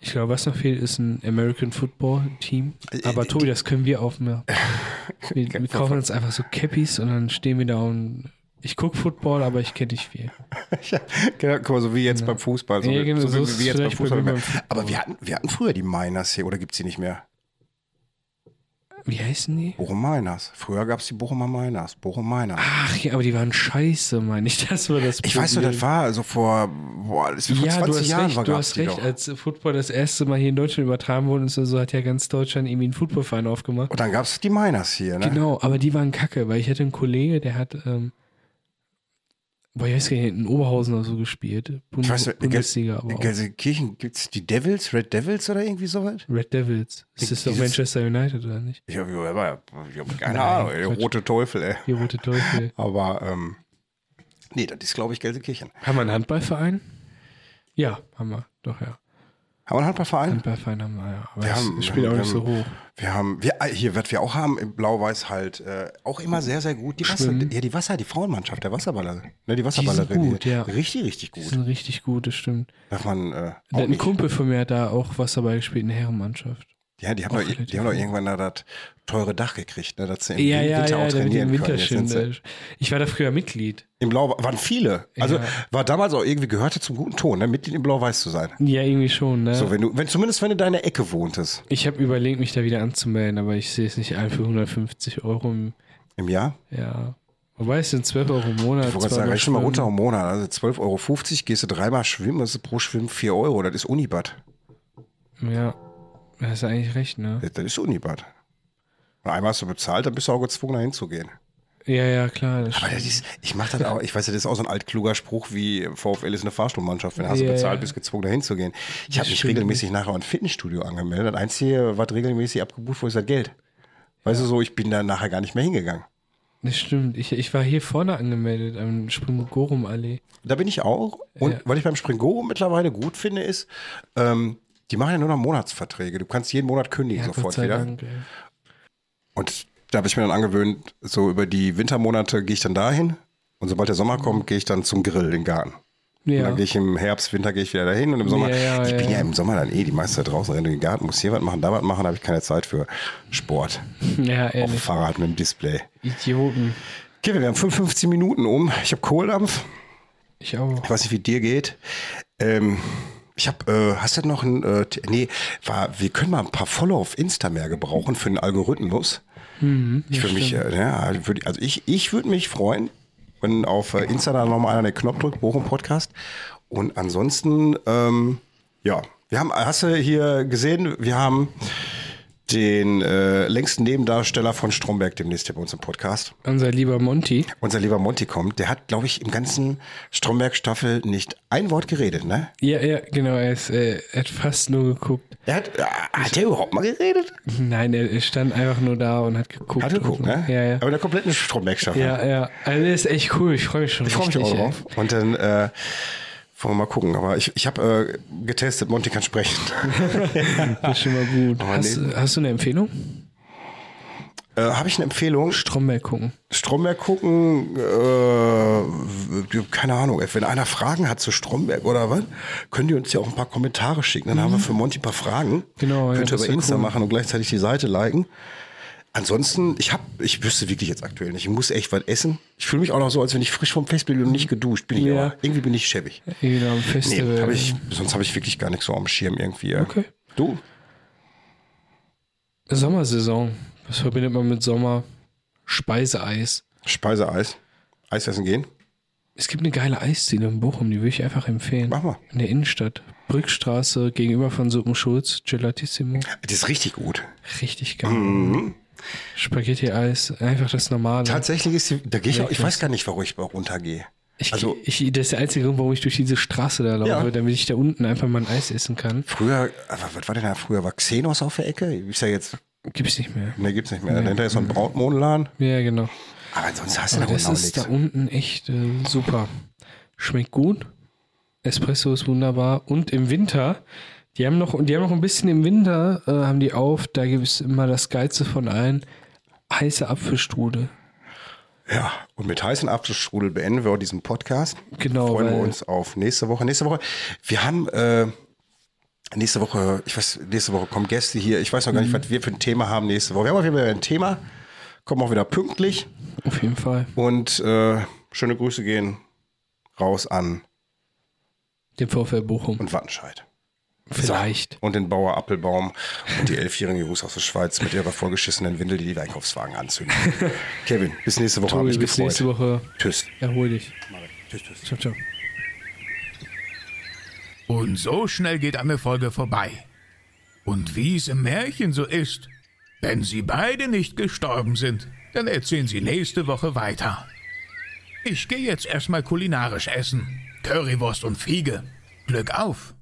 Speaker 2: Ich glaube, was noch fehlt, ist ein American Football Team.
Speaker 1: Äh,
Speaker 2: Aber Tobi, das können wir aufmachen. Wir, wir kaufen uns einfach so Cappies und dann stehen wir da und ich gucke Football, aber ich kenne nicht viel.
Speaker 1: Ja, genau, guck mal, so wie jetzt beim Fußball. So,
Speaker 2: Ja, genau,
Speaker 1: so,
Speaker 2: so
Speaker 1: wie-
Speaker 2: ist
Speaker 1: wie jetzt
Speaker 2: es
Speaker 1: beim
Speaker 2: vielleicht bei
Speaker 1: Fußball.
Speaker 2: mir beim Football.
Speaker 1: Aber wir hatten, wir hatten früher die Miners hier, oder gibt's die nicht mehr?
Speaker 2: Wie heißen die?
Speaker 1: Bochum Miners. Früher gab's die Bochumer Miners. Bochum Miners.
Speaker 2: Ach ja, aber die waren scheiße, meine ich. Das war das
Speaker 1: ich weiß
Speaker 2: Problem.
Speaker 1: nur, das war also vor, boah, das ist vor
Speaker 2: Ja,
Speaker 1: 20
Speaker 2: du hast
Speaker 1: Jahren war,
Speaker 2: recht, du
Speaker 1: gab's
Speaker 2: hast
Speaker 1: die
Speaker 2: recht.
Speaker 1: doch.
Speaker 2: Als Football das erste Mal hier in Deutschland übertragen wurde, und so, so hat ja ganz Deutschland irgendwie einen Footballverein aufgemacht.
Speaker 1: Und dann gab's die Miners hier, ne?
Speaker 2: Genau, aber die waren kacke, weil ich hatte einen Kollege, der hat, ähm, boah, ich weiß gar nicht, in Oberhausen oder so gespielt. Bundes
Speaker 1: Ich weiß nicht, in Gel-
Speaker 2: Bundesliga, aber
Speaker 1: In
Speaker 2: auch.
Speaker 1: Gelsenkirchen gibt's die Devils, Red Devils oder irgendwie sowas?
Speaker 2: Red Devils. Ist das doch
Speaker 1: Dieses-
Speaker 2: Manchester United, oder nicht?
Speaker 1: Ich habe ich hab keine
Speaker 2: Nein,
Speaker 1: Ahnung, ey,
Speaker 2: Quatsch.
Speaker 1: rote Teufel, ey.
Speaker 2: Die Rote Teufel.
Speaker 1: Aber, ähm, nee, das ist, glaube ich, Gelsenkirchen.
Speaker 2: haben wir einen Handballverein? Ja, haben wir. Doch, ja.
Speaker 1: Haben wir einen Handballverein?
Speaker 2: Handballverein haben wir, ja. Aber
Speaker 1: Wir
Speaker 2: das
Speaker 1: haben-
Speaker 2: spielt
Speaker 1: wir
Speaker 2: auch nicht
Speaker 1: haben-
Speaker 2: so hoch.
Speaker 1: Wir haben, wir, ah, hier, was wir auch haben im Blau-Weiß halt, äh, auch immer sehr, sehr gut. Die Wasser,
Speaker 2: Schwimmen.
Speaker 1: ja, die Wasser, die Frauenmannschaft, der Wasserballer, ne, die Wasserballerin.
Speaker 2: gut,
Speaker 1: die-
Speaker 2: ja.
Speaker 1: Richtig, richtig
Speaker 2: Die
Speaker 1: gut.
Speaker 2: sind richtig gut, das stimmt.
Speaker 1: Darf man, äh,
Speaker 2: Da
Speaker 1: auch
Speaker 2: hat ein
Speaker 1: nicht.
Speaker 2: Kumpel von mir hat da auch Wasserball gespielt, eine Herrenmannschaft.
Speaker 1: Ja, die haben,
Speaker 2: auch
Speaker 1: doch, die
Speaker 2: relativ
Speaker 1: haben doch
Speaker 2: hoch.
Speaker 1: irgendwann da das teure Dach gekriegt, ne, dass sie im
Speaker 2: Ja,
Speaker 1: Win-
Speaker 2: ja,
Speaker 1: Winter
Speaker 2: ja,
Speaker 1: auch
Speaker 2: damit die
Speaker 1: trainieren
Speaker 2: im Winter
Speaker 1: können. Jetzt
Speaker 2: schön.
Speaker 1: sind sie
Speaker 2: äh, Ich war da früher Mitglied.
Speaker 1: Im Blau waren viele. Also
Speaker 2: Ja.
Speaker 1: war damals auch irgendwie gehörte zum guten Ton, ne, Mitglied im Blau-Weiß zu sein.
Speaker 2: Ja, irgendwie schon, ne?
Speaker 1: So, wenn du, wenn zumindest wenn du deine Ecke wohntest
Speaker 2: Ich habe überlegt, mich da wieder anzumelden, aber ich sehe es nicht ein für 150 Euro. Im,
Speaker 1: im Jahr,
Speaker 2: ja. Wobei es sind 12 Euro im Monat.
Speaker 1: ich wollte gerade
Speaker 2: zweimal
Speaker 1: sagen, rechne mal
Speaker 2: schwimmen.
Speaker 1: runter im Monat. Also 12,50 Euro, gehst du dreimal schwimmen, das ist pro Schwimmen 4 Euro, das ist Unibad.
Speaker 2: Ja. Da hast du eigentlich recht, ne?
Speaker 1: Das, das ist Unibad. Und einmal hast du bezahlt, dann bist du auch gezwungen, dahin zu gehen.
Speaker 2: Ja, ja, klar. Das
Speaker 1: Äh, Aber
Speaker 2: stimmt.
Speaker 1: das Ah, ist, ich mache das auch, ich weiß, das ist auch so ein altkluger Spruch wie VfL ist eine Fahrstuhlmannschaft. Wenn hast du
Speaker 2: Ja,
Speaker 1: bezahlt,
Speaker 2: ja.
Speaker 1: bist gezwungen, dahin zu gehen. Ich
Speaker 2: Das
Speaker 1: habe mich
Speaker 2: stimmt.
Speaker 1: regelmäßig nachher an ein Fitnessstudio angemeldet. Das Einzige, was regelmäßig abgebucht wurde, ist das Geld. Weißt du so, ich bin dann nachher gar nicht mehr hingegangen.
Speaker 2: das stimmt. Ich, ich war hier vorne angemeldet, am Springorum-Allee.
Speaker 1: Da bin ich auch. Und
Speaker 2: Ja.
Speaker 1: was ich beim Springoro mittlerweile gut finde, ist, ähm, die machen ja nur noch Monatsverträge. Du kannst jeden Monat kündigen
Speaker 2: Ja, Gott
Speaker 1: sofort
Speaker 2: sei
Speaker 1: wieder.
Speaker 2: Dank. ey.
Speaker 1: Und da habe ich mir dann angewöhnt, so über die Wintermonate gehe ich dann dahin. Und sobald der Sommer kommt, gehe ich dann zum Grill in den Garten. Und
Speaker 2: Ja.
Speaker 1: dann gehe ich im Herbst, Winter gehe ich wieder dahin und im Sommer,
Speaker 2: Ja, ja,
Speaker 1: ich bin ja,
Speaker 2: ja.
Speaker 1: im Sommer dann eh die meiste Zeit draußen, renn in den Garten, muss hier was machen, da was machen, da habe ich keine Zeit für Sport.
Speaker 2: ja,
Speaker 1: Auf dem
Speaker 2: ehrlich.
Speaker 1: Fahrrad mit dem Display.
Speaker 2: Idioten.
Speaker 1: Kevin, wir haben 55 Minuten um. Ich habe Kohldampf.
Speaker 2: Ich auch.
Speaker 1: Ich weiß nicht, wie dir geht. Ähm, ich habe, äh, hast du noch ein, äh, T- nee, war, wir können mal ein paar Follower auf Insta mehr gebrauchen für den Algorithmus. ich würde mich, äh, ja, würd, also ich, ich würde mich freuen, wenn auf äh, Insta da nochmal einer den Knopf drückt, Bochum Podcast. Und ansonsten, ähm, ja, wir haben, hast du hier gesehen, wir haben den äh, längsten Nebendarsteller von Stromberg demnächst hier bei uns im Podcast
Speaker 2: Unser lieber Monty.
Speaker 1: unser lieber Monty kommt, der hat, glaube ich, im ganzen Stromberg-Staffel nicht ein Wort geredet, ne?
Speaker 2: Ja, ja, genau. Er, ist, äh, er hat fast nur geguckt.
Speaker 1: Er hat, ah, hat der überhaupt mal geredet?
Speaker 2: Nein, er, er stand einfach nur da und hat geguckt.
Speaker 1: Hat er geguckt,
Speaker 2: Und-
Speaker 1: ne?
Speaker 2: Ja, ja.
Speaker 1: Aber in der kompletten Stromberg-Staffel.
Speaker 2: Ja, ja. Also das ist echt cool. Ich freue mich schon.
Speaker 1: Ich freue mich auch
Speaker 2: richtig, ey.
Speaker 1: drauf. Und dann äh, wollen wir mal gucken. Aber ich, ich habe äh, getestet, Monty kann sprechen.
Speaker 2: Das ist schon mal gut. Hast,
Speaker 1: nee.
Speaker 2: hast du eine Empfehlung?
Speaker 1: äh, habe ich eine Empfehlung?
Speaker 2: Stromberg gucken.
Speaker 1: Stromberg gucken, äh, w- keine Ahnung, wenn einer Fragen hat zu Stromberg oder was, können die uns ja auch ein paar Kommentare schicken. Dann haben wir für Monty ein paar Fragen.
Speaker 2: Mhm. Genau, ja,
Speaker 1: Könnt ihr
Speaker 2: das
Speaker 1: bei
Speaker 2: wär
Speaker 1: Insta
Speaker 2: cool.
Speaker 1: machen und gleichzeitig die Seite liken. Ansonsten, ich hab, ich wüsste wirklich jetzt aktuell nicht. Ich muss echt was essen. Ich fühle mich auch noch so, als wenn ich frisch vom Fest bin und nicht geduscht bin. Ich
Speaker 2: Ja.
Speaker 1: aber. Irgendwie bin ich schäbig.
Speaker 2: Irgendwie am
Speaker 1: Nee,
Speaker 2: Festival.
Speaker 1: hab ich, sonst habe ich wirklich gar nichts so am Schirm irgendwie.
Speaker 2: Okay.
Speaker 1: Du?
Speaker 2: Sommersaison. Was verbindet man mit Sommer? Speiseeis.
Speaker 1: Speiseeis. Eis essen gehen?
Speaker 2: Es gibt eine geile Eisdiele in Bochum, die würde ich einfach empfehlen.
Speaker 1: Mach mal.
Speaker 2: In der Innenstadt. Brückstraße gegenüber von Suppenschulz, Gelatissimo.
Speaker 1: Das ist richtig gut.
Speaker 2: Richtig geil.
Speaker 1: Mhm.
Speaker 2: Spaghetti-Eis, einfach das Normale.
Speaker 1: Tatsächlich ist die, da gehe ich auch, ich
Speaker 2: Wirklich?
Speaker 1: weiß gar nicht, warum ich runtergehe.
Speaker 2: Ich,
Speaker 1: also-
Speaker 2: ich, das ist der einzige Grund, warum ich durch diese Straße da laufe,
Speaker 1: Ja.
Speaker 2: damit ich da unten einfach mal ein Eis essen kann.
Speaker 1: Früher, aber was war denn da früher? War Xenos auf der Ecke? Ist ja jetzt,
Speaker 2: Gibt's nicht mehr.
Speaker 1: ne, gibt's nicht mehr. Dahinter ist so ein Brautmohnladen.
Speaker 2: Ja, genau.
Speaker 1: Aber genau sonst hast du da
Speaker 2: Aber
Speaker 1: unten
Speaker 2: das
Speaker 1: auch
Speaker 2: ist da
Speaker 1: nichts.
Speaker 2: unten echt äh, super. Schmeckt gut. Espresso ist wunderbar. Und im Winter Die haben noch, die haben noch ein bisschen im Winter, äh, haben die auf, da gibt es immer das Geilste von allen, heiße Apfelstrudel.
Speaker 1: Ja, und mit heißen Apfelstrudel beenden wir auch diesen Podcast.
Speaker 2: Genau,
Speaker 1: Freuen wir
Speaker 2: weil-
Speaker 1: uns auf nächste Woche. Nächste Woche, wir haben äh, nächste Woche, ich weiß, nächste Woche kommen Gäste hier. Ich weiß noch gar nicht, was wir für ein Thema haben nächste Woche. Wir haben auf jeden Fall ein Thema, kommen auch wieder pünktlich.
Speaker 2: Auf jeden Fall.
Speaker 1: Und äh, schöne Grüße gehen raus an
Speaker 2: Den VfL Bochum.
Speaker 1: und Wattenscheid.
Speaker 2: Vielleicht.
Speaker 1: Und den Bauer Appelbaum und die elfjährige Jungs aus der Schweiz mit ihrer vorgeschissenen Windel, die die Einkaufswagen anzünden. Kevin, bis nächste Woche. Hab
Speaker 2: Tobi,
Speaker 1: mich
Speaker 2: bis
Speaker 1: gefreut.
Speaker 2: nächste Woche.
Speaker 1: Tschüss.
Speaker 2: Erhol dich.
Speaker 1: Tschüss, tschüss.
Speaker 2: Ciao, ciao.
Speaker 3: Und so schnell geht eine Folge vorbei. Und wie es im Märchen so ist, wenn sie beide nicht gestorben sind, dann erzählen sie nächste Woche weiter. Ich gehe jetzt erstmal kulinarisch essen. Currywurst und Fiege. Glück auf!